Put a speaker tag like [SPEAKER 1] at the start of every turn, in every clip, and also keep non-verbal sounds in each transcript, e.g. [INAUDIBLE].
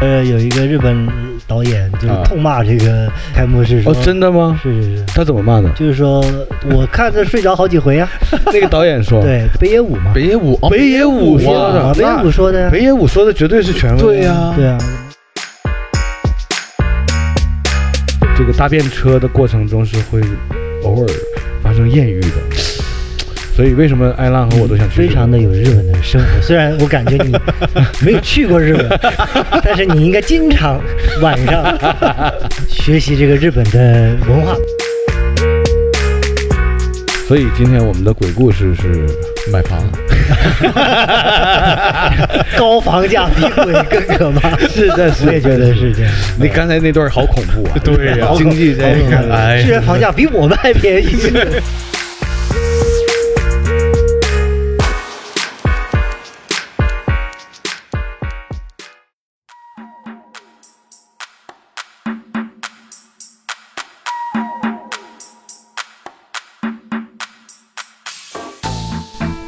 [SPEAKER 1] 呃，有一个日本导演就是痛骂这个开幕式说，
[SPEAKER 2] 啊哦，真的吗？
[SPEAKER 1] 是是是，
[SPEAKER 2] 他怎么骂
[SPEAKER 1] [LAUGHS]
[SPEAKER 2] 的？
[SPEAKER 1] 就是说我看着睡着好几回啊。
[SPEAKER 2] 那个导演说，
[SPEAKER 1] 对，北野武嘛，
[SPEAKER 2] 哦北野武，哦北野武说
[SPEAKER 1] 啊
[SPEAKER 2] 的，
[SPEAKER 1] 北野武说的呀
[SPEAKER 2] 那，北野武说的绝对是权威。
[SPEAKER 1] 对对啊，
[SPEAKER 2] 这个搭便车的过程中是会偶尔发生艳遇的，所以为什么艾浪哦和我都想去日本？
[SPEAKER 1] 非常的有日本的生
[SPEAKER 2] [LAUGHS]
[SPEAKER 1] 活。虽然我感觉你没有去过日本， [LAUGHS] 但是你应该经常晚上学习这个日本的文
[SPEAKER 2] [LAUGHS]
[SPEAKER 1] 化。
[SPEAKER 2] 所以今天我们的鬼故事是买房，
[SPEAKER 1] 高房价比鬼更可怕。
[SPEAKER 2] 是的，是
[SPEAKER 1] 我也觉得是这样。
[SPEAKER 2] 你刚才那段好恐怖
[SPEAKER 1] [LAUGHS]
[SPEAKER 2] 啊！
[SPEAKER 3] 对
[SPEAKER 2] [LAUGHS]
[SPEAKER 3] 呀
[SPEAKER 2] 经济这
[SPEAKER 1] 好恐
[SPEAKER 2] 个，
[SPEAKER 1] 怖
[SPEAKER 2] 哎
[SPEAKER 1] 居
[SPEAKER 2] 呀，
[SPEAKER 1] 然房价比我们还便宜。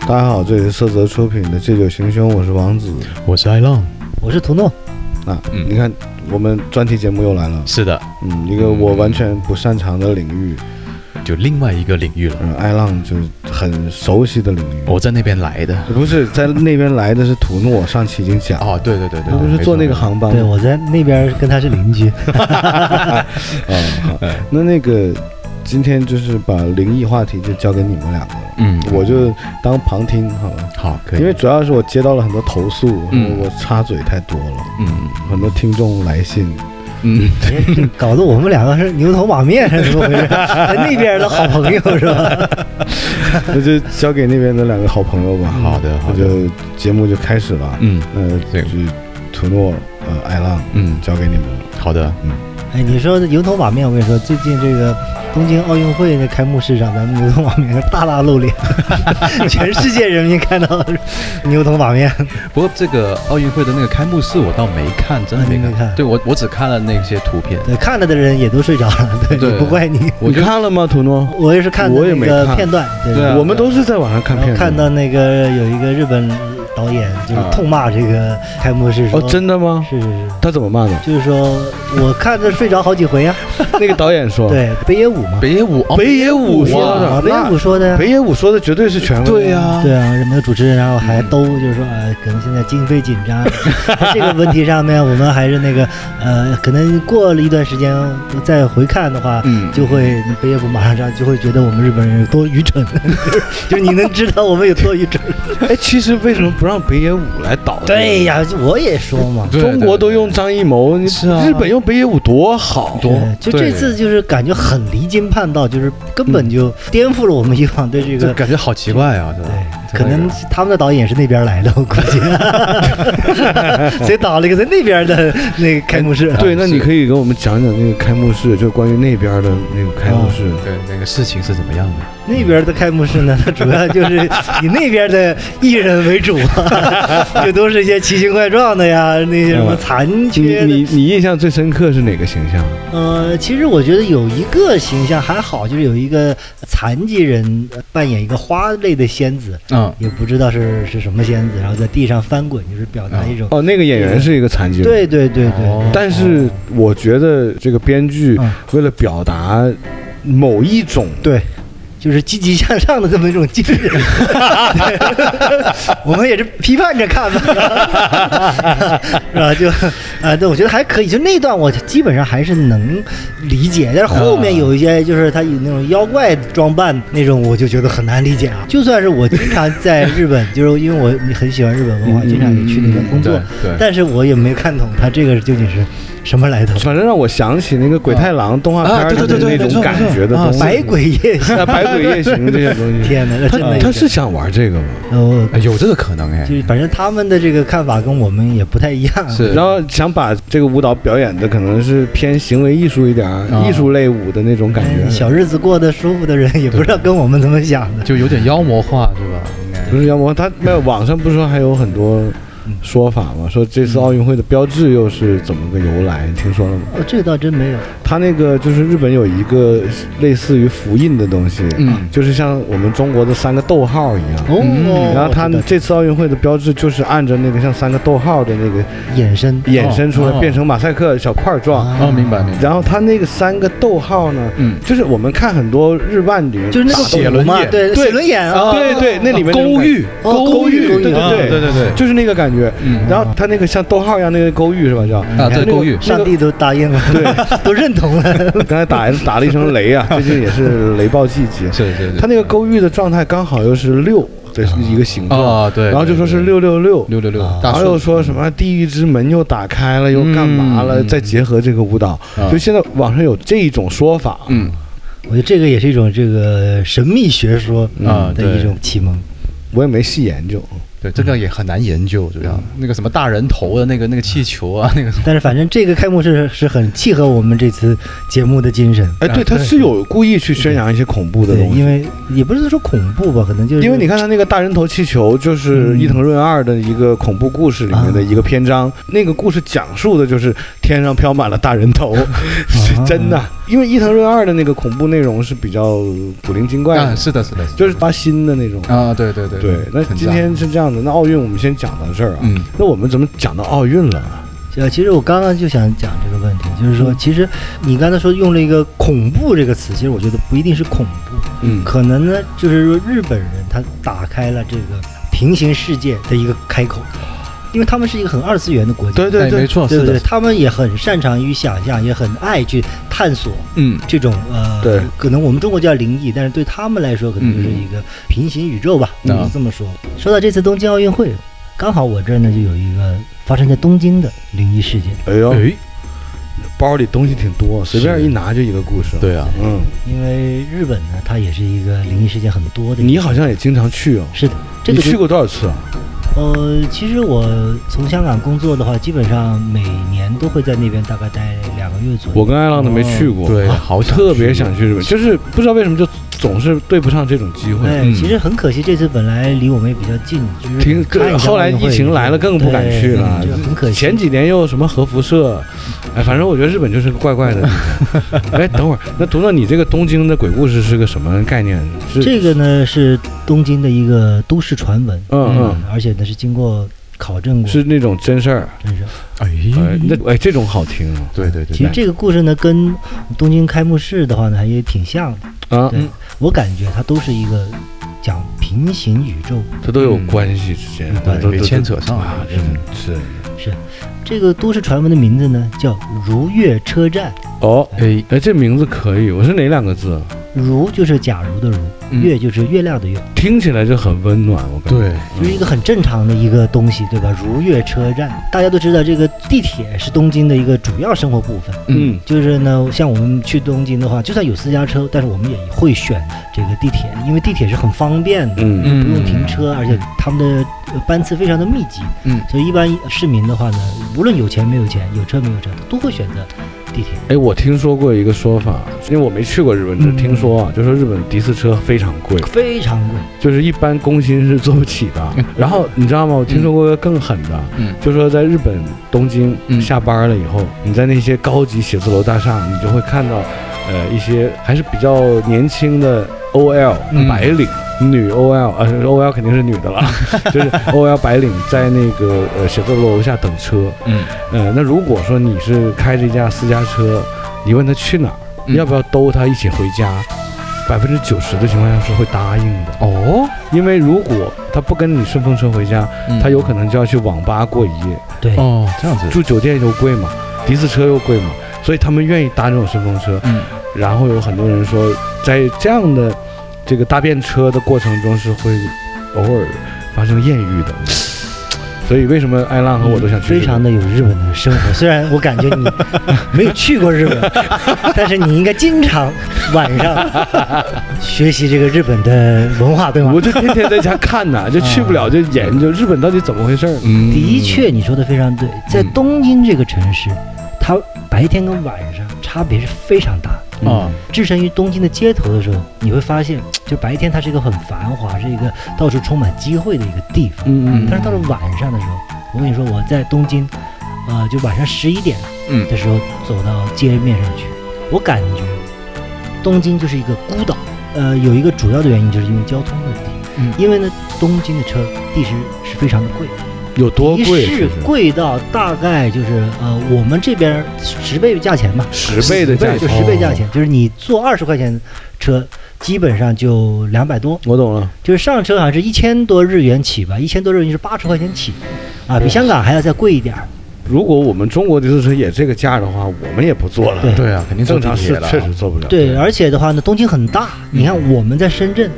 [SPEAKER 3] 大家好，这里是色泽出品的《借酒行凶》，我是王子。
[SPEAKER 4] 我是艾浪，
[SPEAKER 1] [LAUGHS] 我是图诺，
[SPEAKER 3] 啊，
[SPEAKER 4] 嗯
[SPEAKER 3] 你看我们专题节目又来了，
[SPEAKER 4] 是的，
[SPEAKER 3] 嗯，一个我完全不擅长的领域，
[SPEAKER 4] 就另外一个领域了。
[SPEAKER 3] 嗯，艾浪就很熟悉的领域。
[SPEAKER 4] 我在那边来的。
[SPEAKER 3] 不是在那边来的是图诺，上期已经讲，
[SPEAKER 4] 哦，对对对对，
[SPEAKER 3] 他不是
[SPEAKER 4] 没错
[SPEAKER 3] 做那个航班
[SPEAKER 1] 对
[SPEAKER 3] 吗？
[SPEAKER 1] 我在那边跟他是邻 [LAUGHS] 居。
[SPEAKER 3] 啊，
[SPEAKER 4] [LAUGHS]
[SPEAKER 3] 好那那个今天就是把灵异话题就交给你们两个了，
[SPEAKER 4] 嗯，
[SPEAKER 3] 我就当旁听好了。
[SPEAKER 4] 好可以，
[SPEAKER 3] 因为主要是我接到了很多投诉，
[SPEAKER 4] 嗯
[SPEAKER 3] 我插嘴太多了，
[SPEAKER 4] 嗯
[SPEAKER 3] 很多听众来
[SPEAKER 4] [LAUGHS]
[SPEAKER 3] 信，
[SPEAKER 4] 嗯，
[SPEAKER 1] 搞得我们两个是牛头马面，是怎么回 [LAUGHS] 事？在那边的好朋友是 [LAUGHS] 吧？
[SPEAKER 3] 那就交给那边的两个好朋友吧。
[SPEAKER 4] 好的好
[SPEAKER 3] 那
[SPEAKER 4] 的，
[SPEAKER 3] 就节目就开始了。
[SPEAKER 4] 嗯
[SPEAKER 3] 呃，
[SPEAKER 4] 对
[SPEAKER 3] 就图诺呃艾浪
[SPEAKER 4] 嗯，
[SPEAKER 3] 交给你们了。
[SPEAKER 4] 好的，嗯
[SPEAKER 1] 哎，你说牛头马面，我跟你说，最近这个东京奥运会的开幕式上，咱们牛头马面大大 [LAUGHS] 露脸，全世界人民看到牛头马面。
[SPEAKER 4] 不过这个奥运会的那个开幕式我倒没看，真的
[SPEAKER 1] 啊你没
[SPEAKER 4] 没
[SPEAKER 1] 看
[SPEAKER 4] 对我我只看了那些图片，
[SPEAKER 1] 对，看了的人也都睡着了，对，
[SPEAKER 4] 对
[SPEAKER 1] 也不怪你。
[SPEAKER 4] 我
[SPEAKER 3] 你
[SPEAKER 4] 就
[SPEAKER 3] 看了吗？图诺，
[SPEAKER 1] 我也是看的
[SPEAKER 3] 我也
[SPEAKER 1] 那
[SPEAKER 3] 没
[SPEAKER 1] 个
[SPEAKER 3] 看
[SPEAKER 1] 片段，对
[SPEAKER 4] 对啊
[SPEAKER 3] 我们都是在网上看
[SPEAKER 1] 然后
[SPEAKER 3] 片的。
[SPEAKER 1] 看到那个有一个日本导演就是
[SPEAKER 3] 啊
[SPEAKER 1] 痛骂这个开幕式说，
[SPEAKER 2] 哦，真的吗？
[SPEAKER 1] 是是是，
[SPEAKER 3] 他怎么骂的？
[SPEAKER 1] 就是说我看着睡着好几回呀、
[SPEAKER 2] 那个导演
[SPEAKER 3] 哦
[SPEAKER 2] 说，
[SPEAKER 1] 对，北野武嘛，
[SPEAKER 4] 北野武，哦
[SPEAKER 2] 北野武
[SPEAKER 4] 北野武
[SPEAKER 2] 说
[SPEAKER 1] 啊
[SPEAKER 2] 的，
[SPEAKER 1] 北野武说的呀。
[SPEAKER 3] 北野武说的绝对是权威。
[SPEAKER 4] 对呀，
[SPEAKER 1] 对啊，什么主持人，然后还
[SPEAKER 4] 嗯
[SPEAKER 1] 都就是说，呃，可能现在经费紧张，啊这个问题上面，我们还是那个，呃，可能过了一段时间再回看的话，
[SPEAKER 4] 嗯，
[SPEAKER 1] 就会北野武马上上就会觉得我们日本人有多愚蠢， [LAUGHS] 就是你能知道我们有多愚蠢。
[SPEAKER 3] 哎，其实为什么不让北野武来导？
[SPEAKER 1] 对呀、就我也说嘛，
[SPEAKER 4] 对
[SPEAKER 3] 中国都用张艺谋，你
[SPEAKER 4] 是啊
[SPEAKER 3] 日本用北野武多好。
[SPEAKER 4] 多
[SPEAKER 1] 对就这
[SPEAKER 4] 对
[SPEAKER 1] 次就是感觉很离经叛道，就是根本就颠覆了我们以往对这
[SPEAKER 4] 这
[SPEAKER 1] 个。
[SPEAKER 4] 感觉好奇怪啊，
[SPEAKER 1] 对
[SPEAKER 4] 对，
[SPEAKER 1] 可能是他们的导演是那边来的，我估计，所以导了一个在那边的那个开幕式。
[SPEAKER 3] 对，那你可以给我们讲讲那个开幕式，就关于那边的那个开幕式。
[SPEAKER 1] 啊
[SPEAKER 4] 对那个事情是怎么样的？
[SPEAKER 1] 那边的开幕式呢，它主要就是以那边的艺人为主，就都是一些奇形怪状的呀，那些什么
[SPEAKER 3] 嗯
[SPEAKER 1] 残
[SPEAKER 3] 你
[SPEAKER 1] 缺的
[SPEAKER 3] 你你印象最深刻是哪个形象？
[SPEAKER 1] 呃，其实我觉得有一个形象还好，就是有一个残疾人扮演一个花类的仙子，
[SPEAKER 4] 嗯，
[SPEAKER 1] 也不知道是是什么仙子，然后在地上翻滚，就是表达一种。
[SPEAKER 3] 哦，那个演员是一个残疾人。
[SPEAKER 1] 对对对对，
[SPEAKER 4] 哦
[SPEAKER 3] 但是我觉得这个编剧
[SPEAKER 1] 嗯
[SPEAKER 3] 为了表达某一种，
[SPEAKER 1] 对，就是积极向上的这么一种精
[SPEAKER 3] [LAUGHS]
[SPEAKER 1] 神。对我们也是批判着看吧，是吧？就啊，对，我觉得还可以。就那段我基本上还是能理解，但是后
[SPEAKER 3] 啊
[SPEAKER 1] 面有一些就是他有那种妖怪装扮那种，我就觉得很难理解啊。就算是我经常在日本，就是因为我很喜欢日本文化，
[SPEAKER 3] 嗯
[SPEAKER 1] 经常也去那边工作
[SPEAKER 4] 对，对，
[SPEAKER 1] 但是我也没看懂他这个究竟是什么来头。
[SPEAKER 3] 反正让我想起那个鬼太郎动画片
[SPEAKER 4] 啊
[SPEAKER 3] 儿
[SPEAKER 4] 对
[SPEAKER 3] 的
[SPEAKER 4] 对对对
[SPEAKER 3] 那
[SPEAKER 4] 没
[SPEAKER 3] 种
[SPEAKER 4] 错
[SPEAKER 3] 感
[SPEAKER 4] 没错
[SPEAKER 3] 觉的东
[SPEAKER 4] 啊
[SPEAKER 3] 西，
[SPEAKER 1] 百鬼夜行，
[SPEAKER 3] [LAUGHS] 啊百鬼夜行这些东
[SPEAKER 4] [LAUGHS]
[SPEAKER 3] 西。
[SPEAKER 1] 天哪，那真的
[SPEAKER 3] 他
[SPEAKER 1] 有
[SPEAKER 3] 他
[SPEAKER 1] 点
[SPEAKER 3] 是想玩这个吗？
[SPEAKER 1] 呃，我
[SPEAKER 4] 哎有这个可能哎，
[SPEAKER 1] 就是反正他们的这个看法跟我们也不太一样。
[SPEAKER 4] 是
[SPEAKER 3] 然后想把这个舞蹈表演的可能是偏行为艺术一点儿，
[SPEAKER 4] 啊
[SPEAKER 3] 艺术类舞的那种感
[SPEAKER 1] 嗯
[SPEAKER 3] 觉。
[SPEAKER 1] 小日子过得舒服的人也不知道跟我们怎么想的。
[SPEAKER 4] 就有点妖魔化是吧？应该
[SPEAKER 3] 不是妖魔，他没有网上不是说还有很多说法嘛，说这次奥运会的标志又是怎么个由来？你听说了吗？
[SPEAKER 1] 哦，这个倒真没有。
[SPEAKER 3] 它那个就是日本有一个类似于符印的东西，
[SPEAKER 4] 嗯
[SPEAKER 3] 就是像我们中国的三个逗号一样。
[SPEAKER 1] 哦，
[SPEAKER 4] 嗯
[SPEAKER 3] 然后它
[SPEAKER 1] 我知道
[SPEAKER 3] 这次奥运会的标志就是按着那个像三个逗号的那个
[SPEAKER 1] 眼神
[SPEAKER 3] 衍生出
[SPEAKER 4] 哦
[SPEAKER 3] 来，变成马赛克小块状。
[SPEAKER 1] 啊
[SPEAKER 4] 哦，明白明白。
[SPEAKER 3] 然后它那个三个逗号呢，
[SPEAKER 4] 嗯，
[SPEAKER 3] 就是我们看很多日漫里面啊
[SPEAKER 1] 就是那个
[SPEAKER 4] 写
[SPEAKER 1] 狗
[SPEAKER 4] 轮
[SPEAKER 1] 嘛，
[SPEAKER 4] 眼
[SPEAKER 1] 对，
[SPEAKER 3] 对
[SPEAKER 1] 写轮眼啊，
[SPEAKER 3] 对对，那里面那种
[SPEAKER 4] 勾
[SPEAKER 3] 感觉，
[SPEAKER 4] 玉，
[SPEAKER 1] 哦勾玉
[SPEAKER 4] 玉，
[SPEAKER 1] 勾玉
[SPEAKER 4] 对
[SPEAKER 1] 啊
[SPEAKER 4] 对对对对，
[SPEAKER 3] 就是那个感觉。
[SPEAKER 4] 嗯
[SPEAKER 3] 然后它那个像逗号一样那个勾玉是吧？叫哎
[SPEAKER 4] 啊，对勾玉，
[SPEAKER 1] 上帝都答应了，对， [LAUGHS] 都认同了。 [LAUGHS]
[SPEAKER 3] 刚才打打了一声雷
[SPEAKER 4] [LAUGHS]
[SPEAKER 3] 啊，最近也是雷暴季节。
[SPEAKER 4] 是是是，
[SPEAKER 3] 它那个勾玉的状态刚好又是六的一个形状，
[SPEAKER 4] 啊对，
[SPEAKER 3] 然后就说是六六六，
[SPEAKER 4] 六六六，
[SPEAKER 3] 然
[SPEAKER 4] 大
[SPEAKER 3] 后
[SPEAKER 4] 顺
[SPEAKER 3] 又说什么地狱之门又打开了，又干嘛了？
[SPEAKER 4] 嗯
[SPEAKER 3] 再结合这个舞蹈，
[SPEAKER 4] 啊
[SPEAKER 3] 就现在网上有这一种说法，
[SPEAKER 4] 嗯
[SPEAKER 1] 我觉得这个也是一种这个神秘学说
[SPEAKER 4] 啊
[SPEAKER 1] 的一种启蒙。
[SPEAKER 3] 我也没细研究。
[SPEAKER 4] 对，这个也很难研
[SPEAKER 3] 嗯
[SPEAKER 4] 究，主要那个什么大人头的那个那个气球啊，那个
[SPEAKER 1] 但是反正这个开幕式是很契合我们这次节目的精神，
[SPEAKER 3] 哎，对，他是有故意去宣扬一些恐怖的
[SPEAKER 1] 对，
[SPEAKER 3] 东西
[SPEAKER 1] 因。为也不是说恐怖吧，可能就是啊
[SPEAKER 3] 因为你嗯看他那个大人头气球，就是伊藤润二的一个恐怖故事里面的一个篇章。那个故事讲述的就是天上飘满了大人头，是 [LAUGHS] 真的。因为伊藤润二的那个恐怖内容是比较古灵精怪
[SPEAKER 4] 啊，
[SPEAKER 3] 的，
[SPEAKER 4] 是的，是的，是的
[SPEAKER 3] 就是发新的那种。
[SPEAKER 4] 啊，对对对
[SPEAKER 3] 对，那今天是这样的。那奥运我们先讲到这儿啊。
[SPEAKER 4] 嗯
[SPEAKER 3] 那我们怎么讲到奥运了？
[SPEAKER 1] 呃，其实我刚刚就想讲这个问题，就是说，其实你刚才说用了一个“恐怖”这个词，其实我觉得不一定是恐怖，
[SPEAKER 3] 嗯
[SPEAKER 1] 可能呢，就是说日本人他打开了这个平行世界的一个开口，因为他们是一个很二次元的国家，
[SPEAKER 3] 对对
[SPEAKER 4] 哎没
[SPEAKER 3] 对，
[SPEAKER 4] 错，
[SPEAKER 1] 对
[SPEAKER 4] 是
[SPEAKER 1] 不对？
[SPEAKER 4] 的，
[SPEAKER 1] 他们也很擅长于想象，也很爱去探索
[SPEAKER 4] 嗯
[SPEAKER 1] 这种呃，
[SPEAKER 3] 对，
[SPEAKER 1] 可能我们中国叫灵异，但是对他们来说，可能就是一个平行宇宙吧，
[SPEAKER 4] 嗯
[SPEAKER 1] 嗯、这么说。说到这次东京奥运会，刚好我这儿呢就有一个发生在东京的灵异事件。
[SPEAKER 3] 哎呦，
[SPEAKER 4] 哎，
[SPEAKER 3] 包里东西挺多，随便
[SPEAKER 4] 是
[SPEAKER 3] 一拿就一个故事。，
[SPEAKER 4] 对啊，
[SPEAKER 3] 嗯，
[SPEAKER 1] 因为日本呢，它也是一个灵异事件很多的。
[SPEAKER 3] 你好像也经常去哦。
[SPEAKER 1] 是的，这
[SPEAKER 3] 你
[SPEAKER 1] 个
[SPEAKER 3] 去过多少次啊？
[SPEAKER 1] 呃，其实我从香港工作的话，基本上每年都会在那边大概待两个月左右。
[SPEAKER 3] 我跟艾浪都没去过。
[SPEAKER 4] 对，好想
[SPEAKER 3] 嗯特别
[SPEAKER 4] 去
[SPEAKER 3] 想去日本，就是不知道为什么就总是对不上这种机会。
[SPEAKER 1] 哎，
[SPEAKER 4] 嗯
[SPEAKER 1] 其实很可惜，这次本来离我们也比较近，就是
[SPEAKER 3] 挺
[SPEAKER 1] 看一下
[SPEAKER 3] 后来
[SPEAKER 1] 奥运会
[SPEAKER 3] 疫情来了更不敢去了
[SPEAKER 1] 对嗯这很可惜。
[SPEAKER 3] 前几年又有什么核辐射，哎，反正我觉得日本就是个怪怪的地方。 [LAUGHS] 哎，等会儿，那读到你这个东京的鬼故事是个什么概念？是
[SPEAKER 1] 这个呢是东京的一个都市传闻，
[SPEAKER 3] 嗯
[SPEAKER 1] 嗯，而且呢是经过考证
[SPEAKER 3] 嗯，
[SPEAKER 1] 过，
[SPEAKER 3] 是那种真事儿。
[SPEAKER 1] 真是。
[SPEAKER 4] 哎，
[SPEAKER 3] 哎，那哎这种好听
[SPEAKER 4] 对对对
[SPEAKER 1] 其实这个故事呢跟东京开幕式的话呢还也挺像的，
[SPEAKER 3] 啊啊，
[SPEAKER 1] 对我感觉它都是一个讲平行宇宙
[SPEAKER 3] 它都有关系之间，
[SPEAKER 4] 对
[SPEAKER 3] 嗯都
[SPEAKER 4] 哎没
[SPEAKER 3] 都
[SPEAKER 4] 牵
[SPEAKER 3] 都
[SPEAKER 4] 扯上
[SPEAKER 3] 啊，真的是
[SPEAKER 1] 这个都市传闻的名字呢叫如月车站，
[SPEAKER 3] 哦。
[SPEAKER 4] 哎，
[SPEAKER 3] 哎，这名字可以，我是哪两个字啊？
[SPEAKER 1] 如就是假如的如，
[SPEAKER 4] 嗯
[SPEAKER 1] 月就是月亮的月，
[SPEAKER 3] 听起来就很温暖，我感觉。
[SPEAKER 4] 对，
[SPEAKER 1] 就是一个很正常的一个东西，对吧？如月车站，大家都知道这个地铁是东京的一个主要生活部分。
[SPEAKER 4] 嗯
[SPEAKER 3] 嗯，
[SPEAKER 1] 就是呢，像我们去东京的话，就算有私家车，但是我们也会选这个地铁，因为地铁是很方便的，
[SPEAKER 3] 嗯
[SPEAKER 4] 嗯，
[SPEAKER 1] 不用停车，而且他们的呃班次非常的密集，
[SPEAKER 4] 嗯
[SPEAKER 1] 所以一般市民的话呢，无论有钱没有钱，有车没有车，都会选择地铁。
[SPEAKER 3] 哎，我听说过一个说法，因为我没去过日本，只
[SPEAKER 1] 嗯
[SPEAKER 3] 听说啊，就说日本的士车非常贵，
[SPEAKER 1] 非常贵，
[SPEAKER 3] 就是一般工薪是坐不起的
[SPEAKER 4] 嗯。
[SPEAKER 3] [LAUGHS] 然后你知道吗？我听说过一个更狠的，
[SPEAKER 4] 嗯
[SPEAKER 3] 就说在日本东京
[SPEAKER 4] 嗯
[SPEAKER 3] 下班了以后，你在那些高级写字楼大厦，你就会看到，呃，一些还是比较年轻的 OL
[SPEAKER 4] 嗯
[SPEAKER 3] 白领。女 OL，呃，OL 肯定是女的
[SPEAKER 4] [LAUGHS]
[SPEAKER 3] 了，就是 OL 白领在那个呃写字楼楼下等车，
[SPEAKER 4] 嗯，
[SPEAKER 3] 呃，那如果说你是开着一架私家车，你问他去哪儿，
[SPEAKER 4] 嗯
[SPEAKER 3] 要不要兜他一起回家，百分之九十的情况下是会答应的，
[SPEAKER 4] 哦，
[SPEAKER 3] 因为如果他不跟你顺风车回家，嗯他有可能就要去网吧过一夜，
[SPEAKER 1] 嗯对，
[SPEAKER 4] 哦这样子，
[SPEAKER 3] 住酒店又贵嘛，的士车又贵嘛，所以他们愿意搭这种顺风车。
[SPEAKER 4] 嗯
[SPEAKER 3] 然后有很多人说，在这样的这个搭便车的过程中是会偶尔发生艳遇的。
[SPEAKER 1] [SNIFFS]
[SPEAKER 3] 所以为什么艾浪和我都想去日
[SPEAKER 1] 嗯
[SPEAKER 3] 本？
[SPEAKER 1] 非常的有日本的生活。虽然我感觉你没有去过日本， [LAUGHS] 但是你应该经常晚上学习这个日本的文化，对吗
[SPEAKER 3] [LAUGHS] 我？就嗯天天在家看
[SPEAKER 1] [LAUGHS]
[SPEAKER 3] 呐、就去不
[SPEAKER 1] 嗯
[SPEAKER 3] 了，就研究日本到底怎么回事儿。
[SPEAKER 4] 嗯，
[SPEAKER 1] 的确，你说的非常对，在
[SPEAKER 4] 嗯
[SPEAKER 1] 东京这个城市，它白天跟晚上差别是非常大的。
[SPEAKER 4] 啊，
[SPEAKER 1] 置身于东京的街头的时候，你会发现，就白天它是一个很繁华，是一个到处充满机会的一个地方。
[SPEAKER 3] 嗯
[SPEAKER 1] 但是到了晚上的时候，我跟你说，我在东京，呃，就晚上十一点
[SPEAKER 4] 嗯
[SPEAKER 1] 的时候走到街面上去，我感觉东京就是一个孤岛。呃，有一个主要的原因就是因为交通问题，
[SPEAKER 4] 嗯
[SPEAKER 1] 因为呢，东京的车地时是非常的贵，
[SPEAKER 3] 有多
[SPEAKER 1] 一
[SPEAKER 3] 贵？
[SPEAKER 1] 是贵到大概就是呃我们这边十倍价钱吧，
[SPEAKER 3] 十倍的价
[SPEAKER 1] 就
[SPEAKER 3] 钱，哦
[SPEAKER 1] 十倍价钱，就是你坐二十块钱车，基本上就两百多，
[SPEAKER 3] 我懂了。
[SPEAKER 1] 就是上车好像是一千多日元起吧，一千多日元是八十块钱起，啊，比香港还要再贵一点儿。
[SPEAKER 3] 如果我们中国的自车也这个价的话，我们也不做了。
[SPEAKER 1] 对
[SPEAKER 4] 对啊，肯定坐
[SPEAKER 3] 正
[SPEAKER 4] 地
[SPEAKER 3] 常
[SPEAKER 4] 铁
[SPEAKER 3] 是
[SPEAKER 4] 了啊
[SPEAKER 3] 确实做不了。
[SPEAKER 1] 对，而且的话呢，东京很大，你看
[SPEAKER 4] 嗯
[SPEAKER 1] 我们在深圳，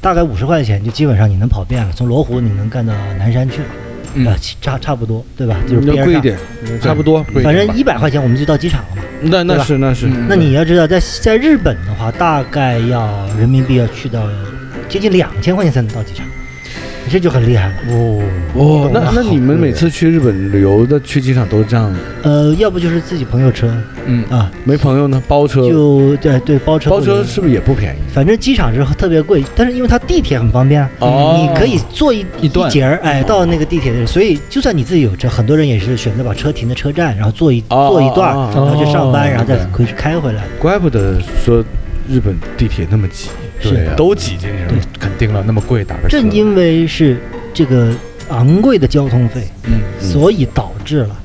[SPEAKER 1] 大概五十块钱就基本上你能跑遍了，从罗湖你能干到南山去了，
[SPEAKER 4] 嗯
[SPEAKER 1] 啊，其差差不多，对吧？就是边
[SPEAKER 3] 要
[SPEAKER 1] 上
[SPEAKER 3] 贵一，点，差不多。
[SPEAKER 4] 贵
[SPEAKER 1] 反
[SPEAKER 4] 点
[SPEAKER 1] 正
[SPEAKER 4] 吧
[SPEAKER 1] 一百块钱我们就到机场了嘛。
[SPEAKER 3] 那
[SPEAKER 1] 对
[SPEAKER 3] 那
[SPEAKER 1] 吧
[SPEAKER 3] 是那是，
[SPEAKER 4] 嗯
[SPEAKER 1] 那你要知道，在在日本的话，大概要人民币要去到接近两千块钱才能到机场，这就很厉害了。
[SPEAKER 3] 哦，那那你们每次去日本旅游的去机场都是这样吗？
[SPEAKER 1] 呃，要不就是自己朋友车
[SPEAKER 4] 嗯
[SPEAKER 1] 啊，
[SPEAKER 3] 没朋友呢，包车，
[SPEAKER 1] 就对对包车，
[SPEAKER 3] 包车是不是也不便宜？
[SPEAKER 1] 反正机场是特别贵，但是因为它地铁很方便啊，
[SPEAKER 3] 哦
[SPEAKER 1] 你可以坐一
[SPEAKER 4] 一段
[SPEAKER 1] 节儿，哎，到那个地铁的，所以就算你自己有车，很多人也是选择把车停在车站，然后坐一、
[SPEAKER 3] 哦
[SPEAKER 1] 坐一段儿，
[SPEAKER 3] 哦
[SPEAKER 1] 然后去上班，
[SPEAKER 3] 哦
[SPEAKER 1] 然后再
[SPEAKER 3] 明白
[SPEAKER 1] 回去开回来。
[SPEAKER 3] 怪不得说日本地铁那么挤，
[SPEAKER 1] 是
[SPEAKER 4] 对啊，
[SPEAKER 3] 都挤进去
[SPEAKER 4] 对
[SPEAKER 3] 了。
[SPEAKER 4] 肯定了，那么贵，打个车
[SPEAKER 1] 正，因为是这个昂贵的交通费，
[SPEAKER 4] 嗯
[SPEAKER 1] 所以导致了，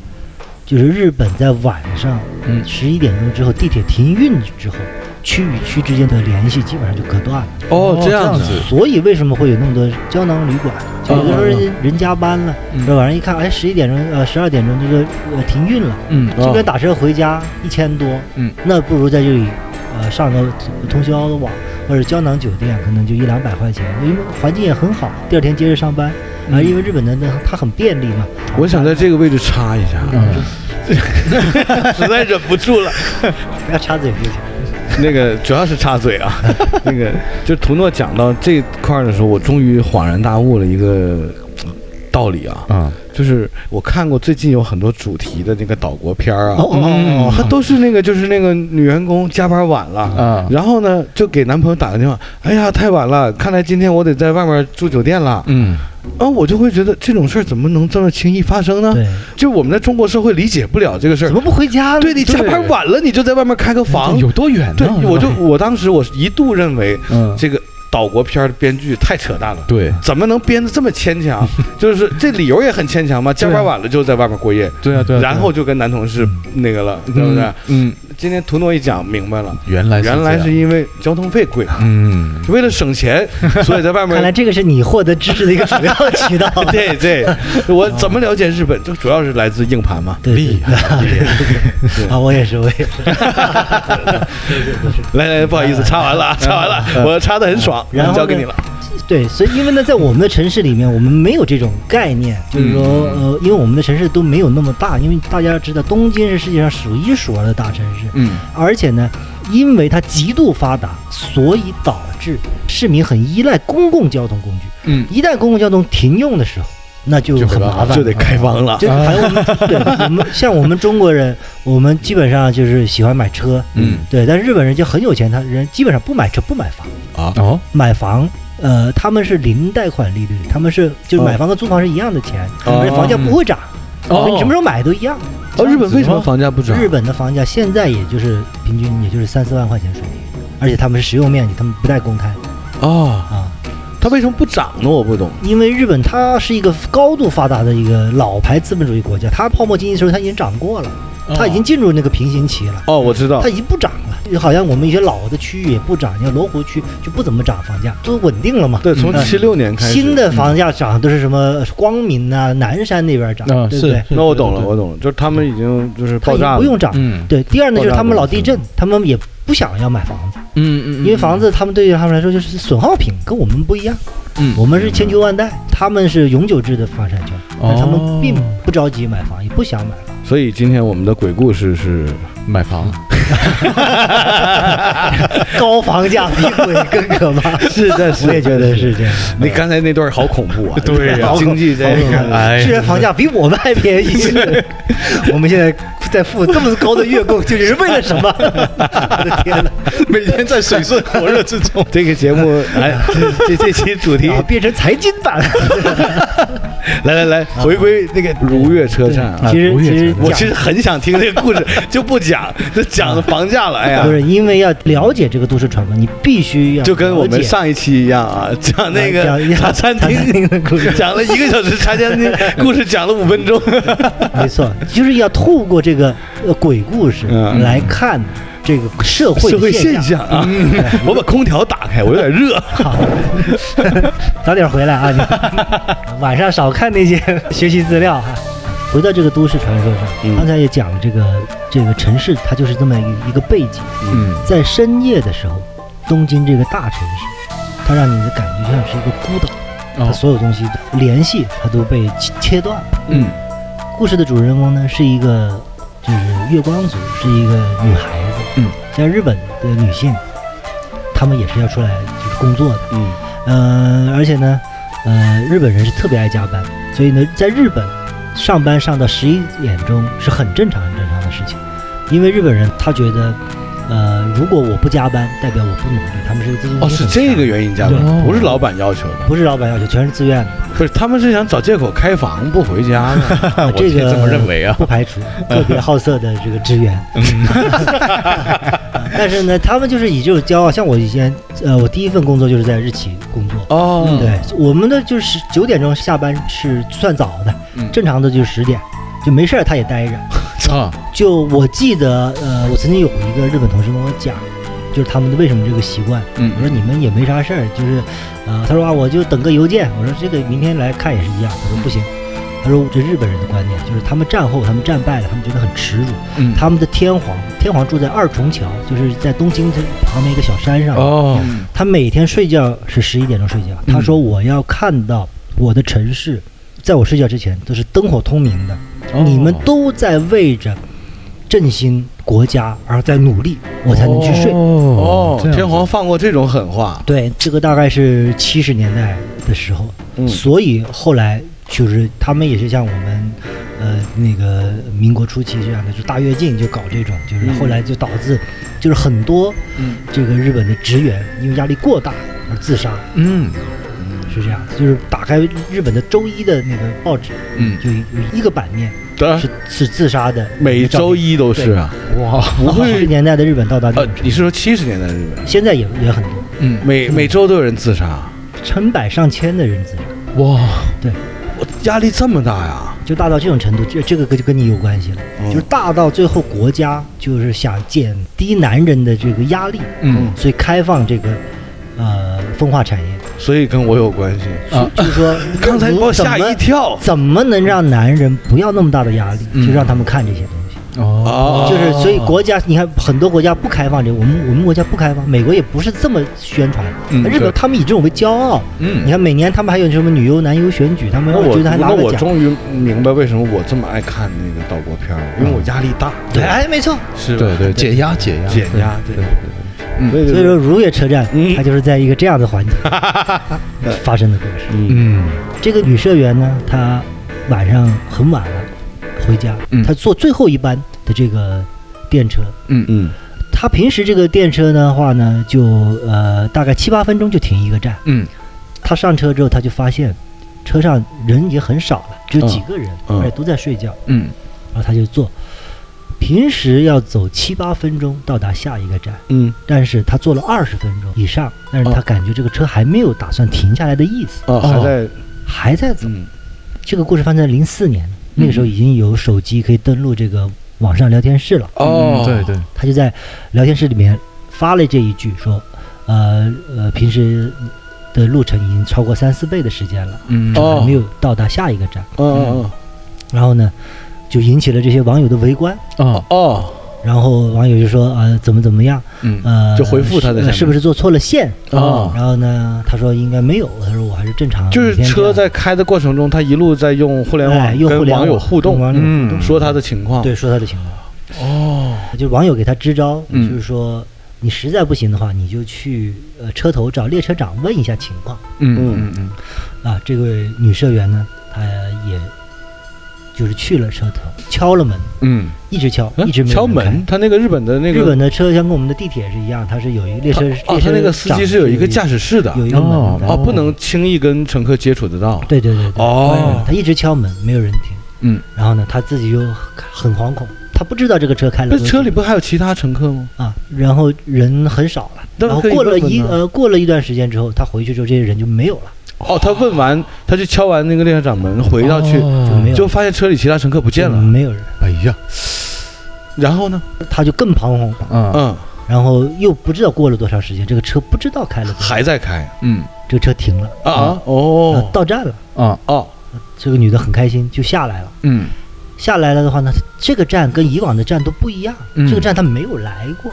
[SPEAKER 1] 就是日本在晚上
[SPEAKER 4] 嗯
[SPEAKER 1] 十一点钟之后，地铁停运之后，区与区之间的联系基本上就隔断了。
[SPEAKER 3] 哦，这样
[SPEAKER 4] 子哦
[SPEAKER 3] 子，
[SPEAKER 1] 所以为什么会有那么多胶囊旅馆？就有的时候人家人加班了，
[SPEAKER 4] 嗯
[SPEAKER 1] 这晚上一看，哎，十一点钟，呃，十二点钟这个呃停运了，
[SPEAKER 4] 嗯
[SPEAKER 3] 啊
[SPEAKER 1] 这
[SPEAKER 3] 哦
[SPEAKER 1] 边打车回家一千多，
[SPEAKER 4] 嗯，
[SPEAKER 1] 那不如在这里，呃，上个通宵的网或者胶囊酒店，可能就一两百块钱，因为环境也很好，第二天接着上班。啊，因为日本的那它很便利嘛，
[SPEAKER 3] 我想在这个位置插一下，啊
[SPEAKER 4] 嗯
[SPEAKER 3] 实在忍不住了。
[SPEAKER 1] 不要插嘴就行。
[SPEAKER 3] 那个主要是插嘴 [LAUGHS] 啊，那个就图诺讲到这块儿的时候，我终于恍然大悟了一个呃道理啊，
[SPEAKER 4] 啊，
[SPEAKER 3] 就是我看过最近有很多主题的那个岛国片儿啊，
[SPEAKER 1] 哦哦
[SPEAKER 3] 她都是那个就是那个女员工加班晚了
[SPEAKER 4] 啊
[SPEAKER 3] 然后呢就给男朋友打个电话，哎呀太晚了，看来今天我得在外面住酒店了，
[SPEAKER 4] 嗯
[SPEAKER 3] 啊我就会觉得这种事儿怎么能这么轻易发生呢？
[SPEAKER 1] 对，
[SPEAKER 3] 就我们在中国社会理解不了这个事儿
[SPEAKER 1] 怎，么不回家呢？
[SPEAKER 3] 啊对你加班晚了你就在外面开个房，
[SPEAKER 4] 有多远呢？
[SPEAKER 3] 对我就我当时我一度认为
[SPEAKER 4] 嗯，
[SPEAKER 3] 这个岛国片儿的编剧太扯淡了。
[SPEAKER 4] 对
[SPEAKER 3] 怎么能编得这么牵
[SPEAKER 1] [LAUGHS]
[SPEAKER 3] 强？就是这理由也很牵强嘛，
[SPEAKER 1] 啊
[SPEAKER 3] 加班晚了就在外面过夜，
[SPEAKER 4] 对啊对啊，
[SPEAKER 3] 然后就跟男同事那个了，对不对？
[SPEAKER 4] 嗯，
[SPEAKER 3] 今天图诺一讲明白了，
[SPEAKER 4] 原来
[SPEAKER 3] 原来是因为交通费贵，
[SPEAKER 4] 嗯
[SPEAKER 3] 为了
[SPEAKER 1] [LAUGHS]
[SPEAKER 3] 省钱，所以在外
[SPEAKER 1] 看来
[SPEAKER 3] 面。
[SPEAKER 1] 这个是你获得知识的一个主要渠道。
[SPEAKER 3] [LAUGHS] 对对，我怎么了解日本？这主要是来自硬盘嘛。
[SPEAKER 1] [LAUGHS] 对，厉害！啊，我也是，我也是。 [LAUGHS] 嗯
[SPEAKER 3] 来来，不好意思，插完了啊，插完了，我插的很爽，
[SPEAKER 1] 然后呢
[SPEAKER 3] 交给你了。
[SPEAKER 1] 对，所以因为呢，在我们的城市里面，我们没有这种概念，就是说，
[SPEAKER 3] 嗯
[SPEAKER 1] 呃，因为我们的城市都没有那么大，因为大家知道，东京是世界上数一数二的大城市，
[SPEAKER 4] 嗯
[SPEAKER 1] 而且呢，因为它极度发达，所以导致市民很依赖公共交通工具。
[SPEAKER 4] 嗯
[SPEAKER 1] 一旦公共交通停用的时候，那就
[SPEAKER 4] 就
[SPEAKER 1] 很
[SPEAKER 4] 很麻
[SPEAKER 1] 麻烦了，
[SPEAKER 3] 就得开房了
[SPEAKER 1] 就还有我们，
[SPEAKER 3] [LAUGHS]
[SPEAKER 1] 对我们像我们中国人，我们基本上就是喜欢买车，
[SPEAKER 4] 嗯
[SPEAKER 1] 对，但日本人就很有钱，他人基本上不买车不买房，
[SPEAKER 3] 啊！
[SPEAKER 4] 哦
[SPEAKER 1] 买房。呃，他们是零贷款利率，他们是就是买房跟租房是一样的钱，
[SPEAKER 3] 哦
[SPEAKER 1] 而且房价不会涨，
[SPEAKER 4] 哦
[SPEAKER 1] 你什么时候买都一样。
[SPEAKER 3] 哦，日本为什么房价不涨？
[SPEAKER 1] 日本的房价现在也就是平均也就是三四万块钱水平，而且他们是实用面积，他们不带公开
[SPEAKER 4] 哦
[SPEAKER 3] 啊，
[SPEAKER 1] 啊，
[SPEAKER 3] 它为什么不涨呢？我不懂。
[SPEAKER 1] 因为日本它是一个高度发达的一个老牌资本主义国家，它泡沫经济的时候它已经涨过了，
[SPEAKER 4] 哦
[SPEAKER 3] 哦
[SPEAKER 1] 它已经进入那个平行期了。
[SPEAKER 3] 哦，我知道
[SPEAKER 1] 它，已经不涨了，就好像我们一些老的区域也不涨，像罗湖区就不怎么涨房价，都稳定了嘛。
[SPEAKER 3] 对，从
[SPEAKER 1] 嗯
[SPEAKER 3] 七六年开始。嗯
[SPEAKER 1] 新的房价涨都是什么光明呐、南山那边涨，
[SPEAKER 4] 啊
[SPEAKER 1] 对不对？
[SPEAKER 3] 那我懂了，我懂了，就是他们已经就是
[SPEAKER 1] 它
[SPEAKER 3] 爆
[SPEAKER 1] 已
[SPEAKER 3] 炸
[SPEAKER 1] 经
[SPEAKER 3] 了，
[SPEAKER 1] 不用涨。
[SPEAKER 4] 嗯
[SPEAKER 1] 对，第二呢就是他们
[SPEAKER 3] 爆炸
[SPEAKER 1] 老
[SPEAKER 3] 了嗯
[SPEAKER 1] 地震，他们也不想要买房子，
[SPEAKER 4] 嗯
[SPEAKER 1] 因
[SPEAKER 4] 嗯，
[SPEAKER 1] 为房子他们对于他们来说就是损耗品，跟我们不一样。
[SPEAKER 4] 嗯
[SPEAKER 1] 我们是千秋万代，
[SPEAKER 3] 嗯
[SPEAKER 1] 他们是永久制的房产权，
[SPEAKER 3] 哦
[SPEAKER 1] 但他们并不着急买房，也不想
[SPEAKER 3] [LAUGHS]
[SPEAKER 1] 买房。
[SPEAKER 3] 所以今天我们的鬼故事是
[SPEAKER 4] 买房
[SPEAKER 1] 高房价比鬼更可怕，
[SPEAKER 3] 是的，
[SPEAKER 1] 我也觉得是这样。
[SPEAKER 3] 你刚才那段好恐怖啊！
[SPEAKER 4] 对呀
[SPEAKER 3] [LAUGHS] 经济这
[SPEAKER 1] 哎 [LAUGHS]
[SPEAKER 3] 个， [LAUGHS]
[SPEAKER 1] 居然房价比我们还便宜。我们现在在付这么高的月供，究竟是为了什么？
[SPEAKER 3] [LAUGHS]
[SPEAKER 1] 我的天哪！
[SPEAKER 4] 每天在水深火热之中。
[SPEAKER 3] [LAUGHS] 这个节目，哎，这这这期主题
[SPEAKER 1] 啊，变成财经版。
[SPEAKER 3] 来来来，回归那个如月车站啊！
[SPEAKER 1] 其实
[SPEAKER 4] 不
[SPEAKER 1] 其
[SPEAKER 4] 越
[SPEAKER 1] 实
[SPEAKER 4] 讲
[SPEAKER 3] 我
[SPEAKER 1] 讲
[SPEAKER 3] 其实很想听这个故事，就不讲，就讲房价了。哎呀
[SPEAKER 1] 不，是因为要了解这个都市传闻，你必须要
[SPEAKER 3] 就跟我们
[SPEAKER 1] 了解
[SPEAKER 3] 上一期一样啊，讲那个
[SPEAKER 1] 讲
[SPEAKER 3] 茶餐
[SPEAKER 1] 茶餐
[SPEAKER 3] [LAUGHS]
[SPEAKER 1] 厅
[SPEAKER 3] 厅
[SPEAKER 1] 的故事
[SPEAKER 3] 讲了一个小时茶餐厅故事，讲了五分钟。
[SPEAKER 1] 没错，就是要透过这个呃鬼故事
[SPEAKER 3] 嗯
[SPEAKER 1] 来看这个社会
[SPEAKER 3] 社
[SPEAKER 1] 的
[SPEAKER 3] 会
[SPEAKER 1] 现
[SPEAKER 3] 现
[SPEAKER 1] 象。
[SPEAKER 3] 象啊！ [LAUGHS] 我把空调打开，我有点热。
[SPEAKER 1] 好， [LAUGHS] 早点回来啊！
[SPEAKER 4] [LAUGHS]
[SPEAKER 1] 你晚上少看那些 [LAUGHS] 学习资料哈、啊回到这个都市传说上，
[SPEAKER 3] 嗯
[SPEAKER 1] 刚才也讲了这个这个城市，它就是这么一一个背景。
[SPEAKER 4] 嗯
[SPEAKER 1] 在深夜的时候，东京这个大城市，它让你的感觉像是一个孤岛，它
[SPEAKER 4] 哦
[SPEAKER 1] 所有东西联系它都被切切断了。
[SPEAKER 4] 嗯
[SPEAKER 1] 故事的主人公呢是一个就是月光族，是一个女孩子，
[SPEAKER 4] 嗯，
[SPEAKER 1] 像日本的女性，她们也是要出来就是工作的，
[SPEAKER 3] 嗯，
[SPEAKER 1] 呃，而且呢，呃，日本人是特别爱加班，所以呢，在日本上班上到十一点钟是很正常、很正常的事情，因为日本人他觉得，呃，如果我不加班，代表我不努力，他们是自
[SPEAKER 3] 哦，是这个原因加班，
[SPEAKER 4] 对
[SPEAKER 3] 不是老板要求的，
[SPEAKER 1] 不是老板要求，全是自愿的，
[SPEAKER 3] 不是他们是想找借口开房不回家呢。
[SPEAKER 1] 啊
[SPEAKER 4] [LAUGHS] 我
[SPEAKER 1] 这
[SPEAKER 4] 也
[SPEAKER 1] 个
[SPEAKER 4] 这么认为啊嗯
[SPEAKER 1] 不排除个别好色的这个职员。 [LAUGHS]
[SPEAKER 4] [LAUGHS]
[SPEAKER 1] 但是呢，他们就是以这种骄傲，像我以前，呃，我第一份工作就是在日企工作。
[SPEAKER 4] 嗯
[SPEAKER 3] 哦，
[SPEAKER 1] 对，我们的就是九点钟下班是算早的，
[SPEAKER 4] 嗯
[SPEAKER 1] 正常的就是十点，就没事儿他也待着。
[SPEAKER 4] 啊，
[SPEAKER 1] 就我记得，呃，我曾经有一个日本同事跟我讲，就是他们为什么这个习惯。我说
[SPEAKER 4] 嗯
[SPEAKER 1] 你们也没啥事儿，就是，呃，他说啊，我就等个邮件。我说这个明天来看也是一样。他说不行，他说这日本人的观念就是他们战后他们战败了，他们觉得很耻辱。
[SPEAKER 4] 嗯
[SPEAKER 1] 他们的天皇，天皇住在二重桥，就是在东京这旁边一个小山上。
[SPEAKER 3] 哦，
[SPEAKER 1] 他每天睡觉是十一点钟睡觉。他说我要看到我的城市，在我睡觉之前都是灯火通明的，
[SPEAKER 4] 哦嗯
[SPEAKER 1] 你们都在为着振兴国家而在努力，我才能去睡。
[SPEAKER 4] 哦
[SPEAKER 3] 哦，
[SPEAKER 4] 这样子
[SPEAKER 3] 天皇放过这种狠话，
[SPEAKER 1] 对，这个大概是七十年代的时候，
[SPEAKER 3] 嗯
[SPEAKER 1] 所以后来就是他们也是像我们，呃，那个民国初期这样的，就大跃进就搞这种，就是后来就导致，就是很多
[SPEAKER 4] 嗯
[SPEAKER 1] 这个日本的职员因为压力过大而自杀，
[SPEAKER 4] 嗯
[SPEAKER 1] 是这样的，就是打开日本的周一的那个报纸，
[SPEAKER 4] 嗯，
[SPEAKER 1] 就有一个版面
[SPEAKER 3] 当然
[SPEAKER 1] 是是自杀的，
[SPEAKER 3] 啊每周一都是啊。
[SPEAKER 4] 哇，
[SPEAKER 3] 不
[SPEAKER 1] 七十
[SPEAKER 3] 会，
[SPEAKER 1] 年代的日本到达这
[SPEAKER 3] 呃
[SPEAKER 1] 种，程
[SPEAKER 3] 你
[SPEAKER 1] 度，
[SPEAKER 3] 是说七十年代日本，
[SPEAKER 1] 现在也也很多，
[SPEAKER 4] 嗯
[SPEAKER 3] 每每周都有人自杀，
[SPEAKER 1] 成百上千的人自杀。
[SPEAKER 4] 哇，
[SPEAKER 3] 我压力这么大呀？
[SPEAKER 1] 就大到这种程度，这这个跟就跟你有关系了，
[SPEAKER 3] 嗯
[SPEAKER 1] 就是大到最后国家就是想减低男人的这个压力，
[SPEAKER 4] 嗯
[SPEAKER 1] 所以开放这个呃风化产业，
[SPEAKER 3] [LAUGHS] 所以跟我有关系。
[SPEAKER 4] 啊
[SPEAKER 1] 就是说
[SPEAKER 3] 刚才
[SPEAKER 1] 如
[SPEAKER 3] 把我吓一跳。
[SPEAKER 1] 怎么能让男人不要那么大的压力，
[SPEAKER 4] 嗯
[SPEAKER 1] 就让他们看这些东西。
[SPEAKER 4] 哦
[SPEAKER 1] 就是，所以国家，你看很多国家不开放这个，我们我们国家不开放，美国也不是这么宣传。
[SPEAKER 4] 嗯
[SPEAKER 1] 日
[SPEAKER 4] 对
[SPEAKER 1] 本他们以这种为骄傲，
[SPEAKER 4] 嗯
[SPEAKER 1] 你看每年他们还有什么女优、男优选举，他们
[SPEAKER 3] 那我
[SPEAKER 1] 觉得还拿
[SPEAKER 3] 那
[SPEAKER 1] 个
[SPEAKER 3] 我
[SPEAKER 1] 奖。
[SPEAKER 3] 终于明白为什么我这么爱看那个岛国片儿，因为我压力大，
[SPEAKER 1] 对，哎，没错，
[SPEAKER 3] 是
[SPEAKER 4] 嗯对对，解压解压
[SPEAKER 3] 解压，
[SPEAKER 4] 对
[SPEAKER 3] 对
[SPEAKER 4] 对
[SPEAKER 3] 对对。
[SPEAKER 1] 所以说，如月车站，
[SPEAKER 3] 嗯
[SPEAKER 1] 它就是在一个这样的 [LAUGHS] 环境发生的故事。
[SPEAKER 3] 嗯，
[SPEAKER 4] 嗯
[SPEAKER 1] 这个女社员呢，她晚上很晚了回家
[SPEAKER 4] 嗯，
[SPEAKER 1] 她坐最后一班的这个电车。
[SPEAKER 4] 嗯
[SPEAKER 3] 嗯
[SPEAKER 1] 她平时这个电车的话呢，就呃大概七八分钟就停一个站。
[SPEAKER 4] 嗯
[SPEAKER 1] 她上车之后，她就发现车上人也很少了，只有几个人，
[SPEAKER 3] 嗯嗯
[SPEAKER 1] 而且都在睡觉。
[SPEAKER 4] 嗯
[SPEAKER 1] 然后她就坐，平时要走七八分钟到达下一个站。
[SPEAKER 3] 嗯
[SPEAKER 1] 但是他坐了二十分钟以上，但是他感觉这个车还没有打算停下来的意思，
[SPEAKER 3] 啊，还在
[SPEAKER 1] 还在走。
[SPEAKER 3] 嗯
[SPEAKER 1] 这个故事发生在零四年，那个时候已经有手机可以登录这个网上聊天室了，
[SPEAKER 3] 哦，
[SPEAKER 4] 对对，
[SPEAKER 1] 他就在聊天室里面发了这一句说，呃呃，平时的路程已经超过三四倍的时间了，
[SPEAKER 4] 嗯
[SPEAKER 3] 哦
[SPEAKER 1] 还没有到达下一个站，
[SPEAKER 3] 嗯嗯
[SPEAKER 1] 然后呢，就引起了这些网友的围观。
[SPEAKER 4] 哦
[SPEAKER 3] 嗯哦
[SPEAKER 1] 然后网友就说啊、呃，怎么怎么样，
[SPEAKER 4] 嗯
[SPEAKER 1] 呃，
[SPEAKER 3] 就回复他在下
[SPEAKER 1] 是
[SPEAKER 3] 面
[SPEAKER 1] 是不是坐错了线？
[SPEAKER 3] 哦，
[SPEAKER 1] 然后呢，他说应该没有，他说我还是正常。
[SPEAKER 3] 就是
[SPEAKER 1] 每天这
[SPEAKER 3] 车
[SPEAKER 1] 样
[SPEAKER 3] 在开的过程中，他一路在用互联
[SPEAKER 1] 哎
[SPEAKER 3] 网
[SPEAKER 1] 用互
[SPEAKER 3] 跟
[SPEAKER 1] 联
[SPEAKER 3] 网友
[SPEAKER 1] 网
[SPEAKER 3] 互
[SPEAKER 1] 跟
[SPEAKER 3] 动，
[SPEAKER 1] 网友互
[SPEAKER 4] 嗯
[SPEAKER 1] 动
[SPEAKER 3] 说他的情况。
[SPEAKER 1] 对说他的情况，
[SPEAKER 3] 哦，
[SPEAKER 1] 就是网友给他支招，
[SPEAKER 4] 嗯
[SPEAKER 1] 就是说你实在不行的话，你就去呃车头找列车长问一下情况
[SPEAKER 4] 嗯嗯嗯
[SPEAKER 1] 啊。这位女社员呢，她也就是去了车头，敲了门，
[SPEAKER 4] 嗯，
[SPEAKER 1] 一直敲，
[SPEAKER 3] 嗯
[SPEAKER 1] 一直没有
[SPEAKER 3] 敲
[SPEAKER 1] 人开
[SPEAKER 3] 门，他那个日本的那
[SPEAKER 1] 日
[SPEAKER 3] 个
[SPEAKER 1] 本的车厢跟我们的地铁是一样，它是有一个列车，列车
[SPEAKER 3] 哦，他那个司机是有一个驾驶室的
[SPEAKER 1] 长，有一个门的
[SPEAKER 3] 哦，不能轻易跟乘客接触得到。
[SPEAKER 1] 对对对对，
[SPEAKER 3] 哦
[SPEAKER 1] 他一直敲门，没有人听，
[SPEAKER 4] 嗯，
[SPEAKER 1] 然后呢，他自己又很惶恐，他不知道这个车开了
[SPEAKER 3] 那
[SPEAKER 1] 多久
[SPEAKER 3] 车里不还有其他乘客吗？
[SPEAKER 1] 啊，然后人很少了，
[SPEAKER 3] 那
[SPEAKER 1] 然后
[SPEAKER 3] 可以
[SPEAKER 1] 过了
[SPEAKER 3] 问问
[SPEAKER 1] 一
[SPEAKER 3] 呢
[SPEAKER 1] 呃过了一段时间之后，他回去之后，这些人就没有了，
[SPEAKER 3] 哦，他问完，他就敲完那个列车长门，回到去
[SPEAKER 1] 就哦没有嗯
[SPEAKER 3] 就发现车里其他乘客不见
[SPEAKER 1] 就
[SPEAKER 3] 了。
[SPEAKER 1] 没有人，
[SPEAKER 4] 哎呀，
[SPEAKER 3] 然后呢？
[SPEAKER 1] 他就更彷徨，
[SPEAKER 4] 嗯
[SPEAKER 3] 嗯，
[SPEAKER 1] 然后又不知道过了多长时间，这个车不知道开了多久，
[SPEAKER 3] 还在开
[SPEAKER 4] 嗯
[SPEAKER 1] 这个车停了，
[SPEAKER 3] 啊？
[SPEAKER 1] 啊
[SPEAKER 3] 哦
[SPEAKER 1] 到站了，
[SPEAKER 4] 啊
[SPEAKER 3] 哦，
[SPEAKER 1] 这个女的很开心，就下来了。
[SPEAKER 4] 嗯
[SPEAKER 1] 下来了的话呢，这个站跟以往的站都不一样，
[SPEAKER 4] 嗯
[SPEAKER 1] 这个站他没有来过。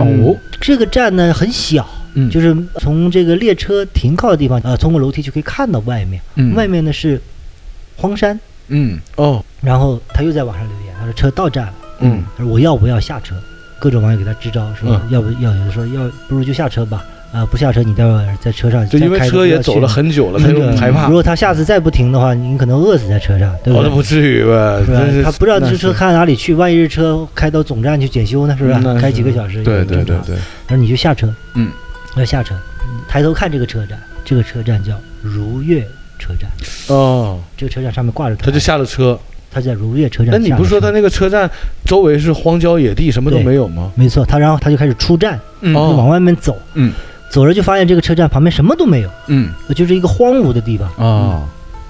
[SPEAKER 1] 嗯
[SPEAKER 4] 哦
[SPEAKER 1] 这个站呢很小，
[SPEAKER 4] 嗯
[SPEAKER 1] 就是从这个列车停靠的地方，呃，通过楼梯就可以看到外面。
[SPEAKER 4] 嗯
[SPEAKER 1] 外面呢是荒山。
[SPEAKER 4] 嗯
[SPEAKER 3] 哦
[SPEAKER 1] 然后他又在网上留言，他说车到站了，
[SPEAKER 4] 嗯
[SPEAKER 1] 他说我要不要下车？各种网友给他支招，说、
[SPEAKER 3] 嗯
[SPEAKER 1] 要不要，有的说要不如就下车吧，啊、不下车你待会儿在车上
[SPEAKER 3] 就
[SPEAKER 1] 再
[SPEAKER 3] 因为
[SPEAKER 1] 开着
[SPEAKER 3] 车
[SPEAKER 1] 不
[SPEAKER 3] 也
[SPEAKER 1] 要
[SPEAKER 3] 走
[SPEAKER 1] 去
[SPEAKER 3] 了很久了，他
[SPEAKER 1] 那
[SPEAKER 3] 又
[SPEAKER 1] 个
[SPEAKER 3] 害怕
[SPEAKER 1] 嗯如。果他下次再不停的话，你可能饿死在车上，对不
[SPEAKER 3] 我
[SPEAKER 1] 对？
[SPEAKER 3] 都不至于吧？
[SPEAKER 1] 是吧
[SPEAKER 3] 真？是
[SPEAKER 1] 他不知道
[SPEAKER 3] 那
[SPEAKER 1] 这车
[SPEAKER 3] 是
[SPEAKER 1] 开到哪里去，万一这车开到总站去检修呢，是不
[SPEAKER 3] 嗯那
[SPEAKER 1] 是？
[SPEAKER 3] 是
[SPEAKER 1] 开几个小时？
[SPEAKER 3] 对对对。对，
[SPEAKER 1] 然后你就下车，
[SPEAKER 4] 嗯，
[SPEAKER 1] 要下车，抬头看这个车站，这个车站叫如月车站，
[SPEAKER 3] 哦，
[SPEAKER 1] 这个车站上面挂着
[SPEAKER 3] 他就下了车。
[SPEAKER 1] 他在如月车站下车。
[SPEAKER 3] 那你不是说他那个车站周围是荒郊野地，什么都
[SPEAKER 1] 对
[SPEAKER 3] 没有吗？
[SPEAKER 1] 没错，他然后他就开始出站，
[SPEAKER 4] 嗯
[SPEAKER 3] 哦
[SPEAKER 1] 就往外面走，
[SPEAKER 4] 嗯，
[SPEAKER 1] 走着就发现这个车站旁边什么都没有，
[SPEAKER 4] 嗯
[SPEAKER 1] 就是一个荒芜的地方。
[SPEAKER 4] 啊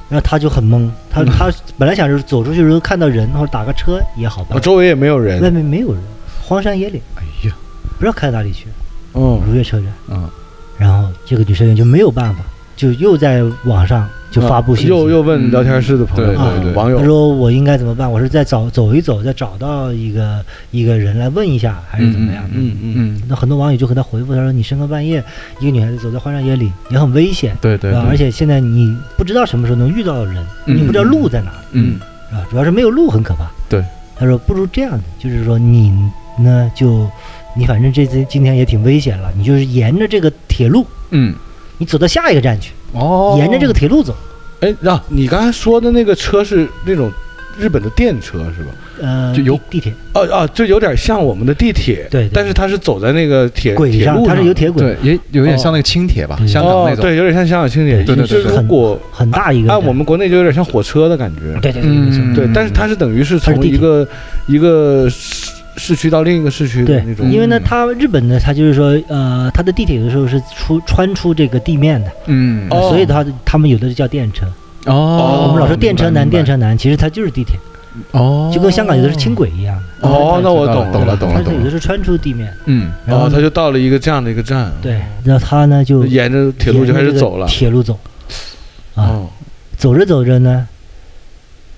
[SPEAKER 1] 然后他就很懵，
[SPEAKER 3] 嗯
[SPEAKER 1] 他他本来想着走出去的时候看到人或者打个车也好
[SPEAKER 3] 啊，
[SPEAKER 1] 办，
[SPEAKER 3] 周围也没有人
[SPEAKER 1] 外。面没有人，荒山野岭，
[SPEAKER 4] 哎呀
[SPEAKER 1] 不知道开哪里去。
[SPEAKER 3] 嗯
[SPEAKER 1] 如月车站，
[SPEAKER 4] 嗯
[SPEAKER 1] 然后这个女社员就没有办法，就又在网上就发布信
[SPEAKER 4] 嗯
[SPEAKER 1] 息，
[SPEAKER 3] 啊又又问聊天室的朋友、
[SPEAKER 4] 对
[SPEAKER 1] 对对
[SPEAKER 3] 啊网友
[SPEAKER 1] 她，说我应该怎么办？我是再找走一走，再找到一个一个人来问一下，还是怎么样的？
[SPEAKER 3] 嗯嗯，
[SPEAKER 4] 嗯
[SPEAKER 1] 那很多网友就和她回复，她说你深更半夜一个女孩子走在荒山野岭也很危险，
[SPEAKER 4] 对对
[SPEAKER 1] 啊而且现在你不知道什么时候能遇到人，
[SPEAKER 4] 嗯
[SPEAKER 1] 你不知道路在哪里，
[SPEAKER 4] 嗯
[SPEAKER 1] 啊，主要是没有路很可怕。
[SPEAKER 4] 对，
[SPEAKER 1] 她说不如这样子，就是说你呢就你反正这次今天也挺危险了，你就是沿着这个铁路。
[SPEAKER 4] 嗯
[SPEAKER 1] 你走到下一个站去，
[SPEAKER 3] 哦
[SPEAKER 1] 沿着这个铁路走。
[SPEAKER 3] 哎，那、你刚才说的那个车是那种日本的电车是吧？
[SPEAKER 1] 呃，
[SPEAKER 4] 就有
[SPEAKER 1] 地地铁
[SPEAKER 3] 哦、啊、哦、就有点像我们的地铁，
[SPEAKER 1] 对对
[SPEAKER 3] 但是它是走在那个铁
[SPEAKER 1] 轨
[SPEAKER 3] 铁路
[SPEAKER 1] 它是有
[SPEAKER 3] 的
[SPEAKER 1] 铁轨
[SPEAKER 4] 对，，也有点像那个轻铁吧，香港
[SPEAKER 3] 哦
[SPEAKER 4] 那，种
[SPEAKER 3] 对，有点像香港轻铁，
[SPEAKER 4] 对对对
[SPEAKER 3] 就是
[SPEAKER 4] 对
[SPEAKER 3] 如果
[SPEAKER 1] 很大一个站
[SPEAKER 3] 按啊我们国内就有点像火车的感觉，
[SPEAKER 1] 啊对对对，没错
[SPEAKER 4] 嗯
[SPEAKER 3] 对，但是它是等于是从
[SPEAKER 1] 它是地
[SPEAKER 3] 一
[SPEAKER 1] 铁
[SPEAKER 3] 个一个市市区到另一个市区的那
[SPEAKER 1] 对，
[SPEAKER 3] 种，嗯
[SPEAKER 1] 因为呢，它日本呢，它就是说，呃，它的地铁有的时候是出穿出这个地面的，
[SPEAKER 4] 嗯
[SPEAKER 3] 哦
[SPEAKER 1] 所以它他们有的就叫电车。
[SPEAKER 4] 哦
[SPEAKER 1] 我们老说电车难，
[SPEAKER 4] 明白
[SPEAKER 1] 电车难，其实它就是地铁，
[SPEAKER 4] 哦，
[SPEAKER 1] 就跟香港有的是轻轨一样的。
[SPEAKER 3] 哦，那我
[SPEAKER 4] 知道
[SPEAKER 3] 懂
[SPEAKER 4] 懂了
[SPEAKER 3] 了
[SPEAKER 4] 懂
[SPEAKER 1] 它
[SPEAKER 4] 了
[SPEAKER 1] 是
[SPEAKER 4] 懂
[SPEAKER 1] 有的
[SPEAKER 4] 了，
[SPEAKER 1] 是穿出地面，
[SPEAKER 4] 嗯
[SPEAKER 1] 然后
[SPEAKER 3] 哦，他就到了一个这样的一个站，
[SPEAKER 1] 对，然后它呢就
[SPEAKER 3] 沿着铁路就开始走了
[SPEAKER 1] 沿着这个，铁路走，啊，
[SPEAKER 3] 哦，
[SPEAKER 1] 走着走着呢，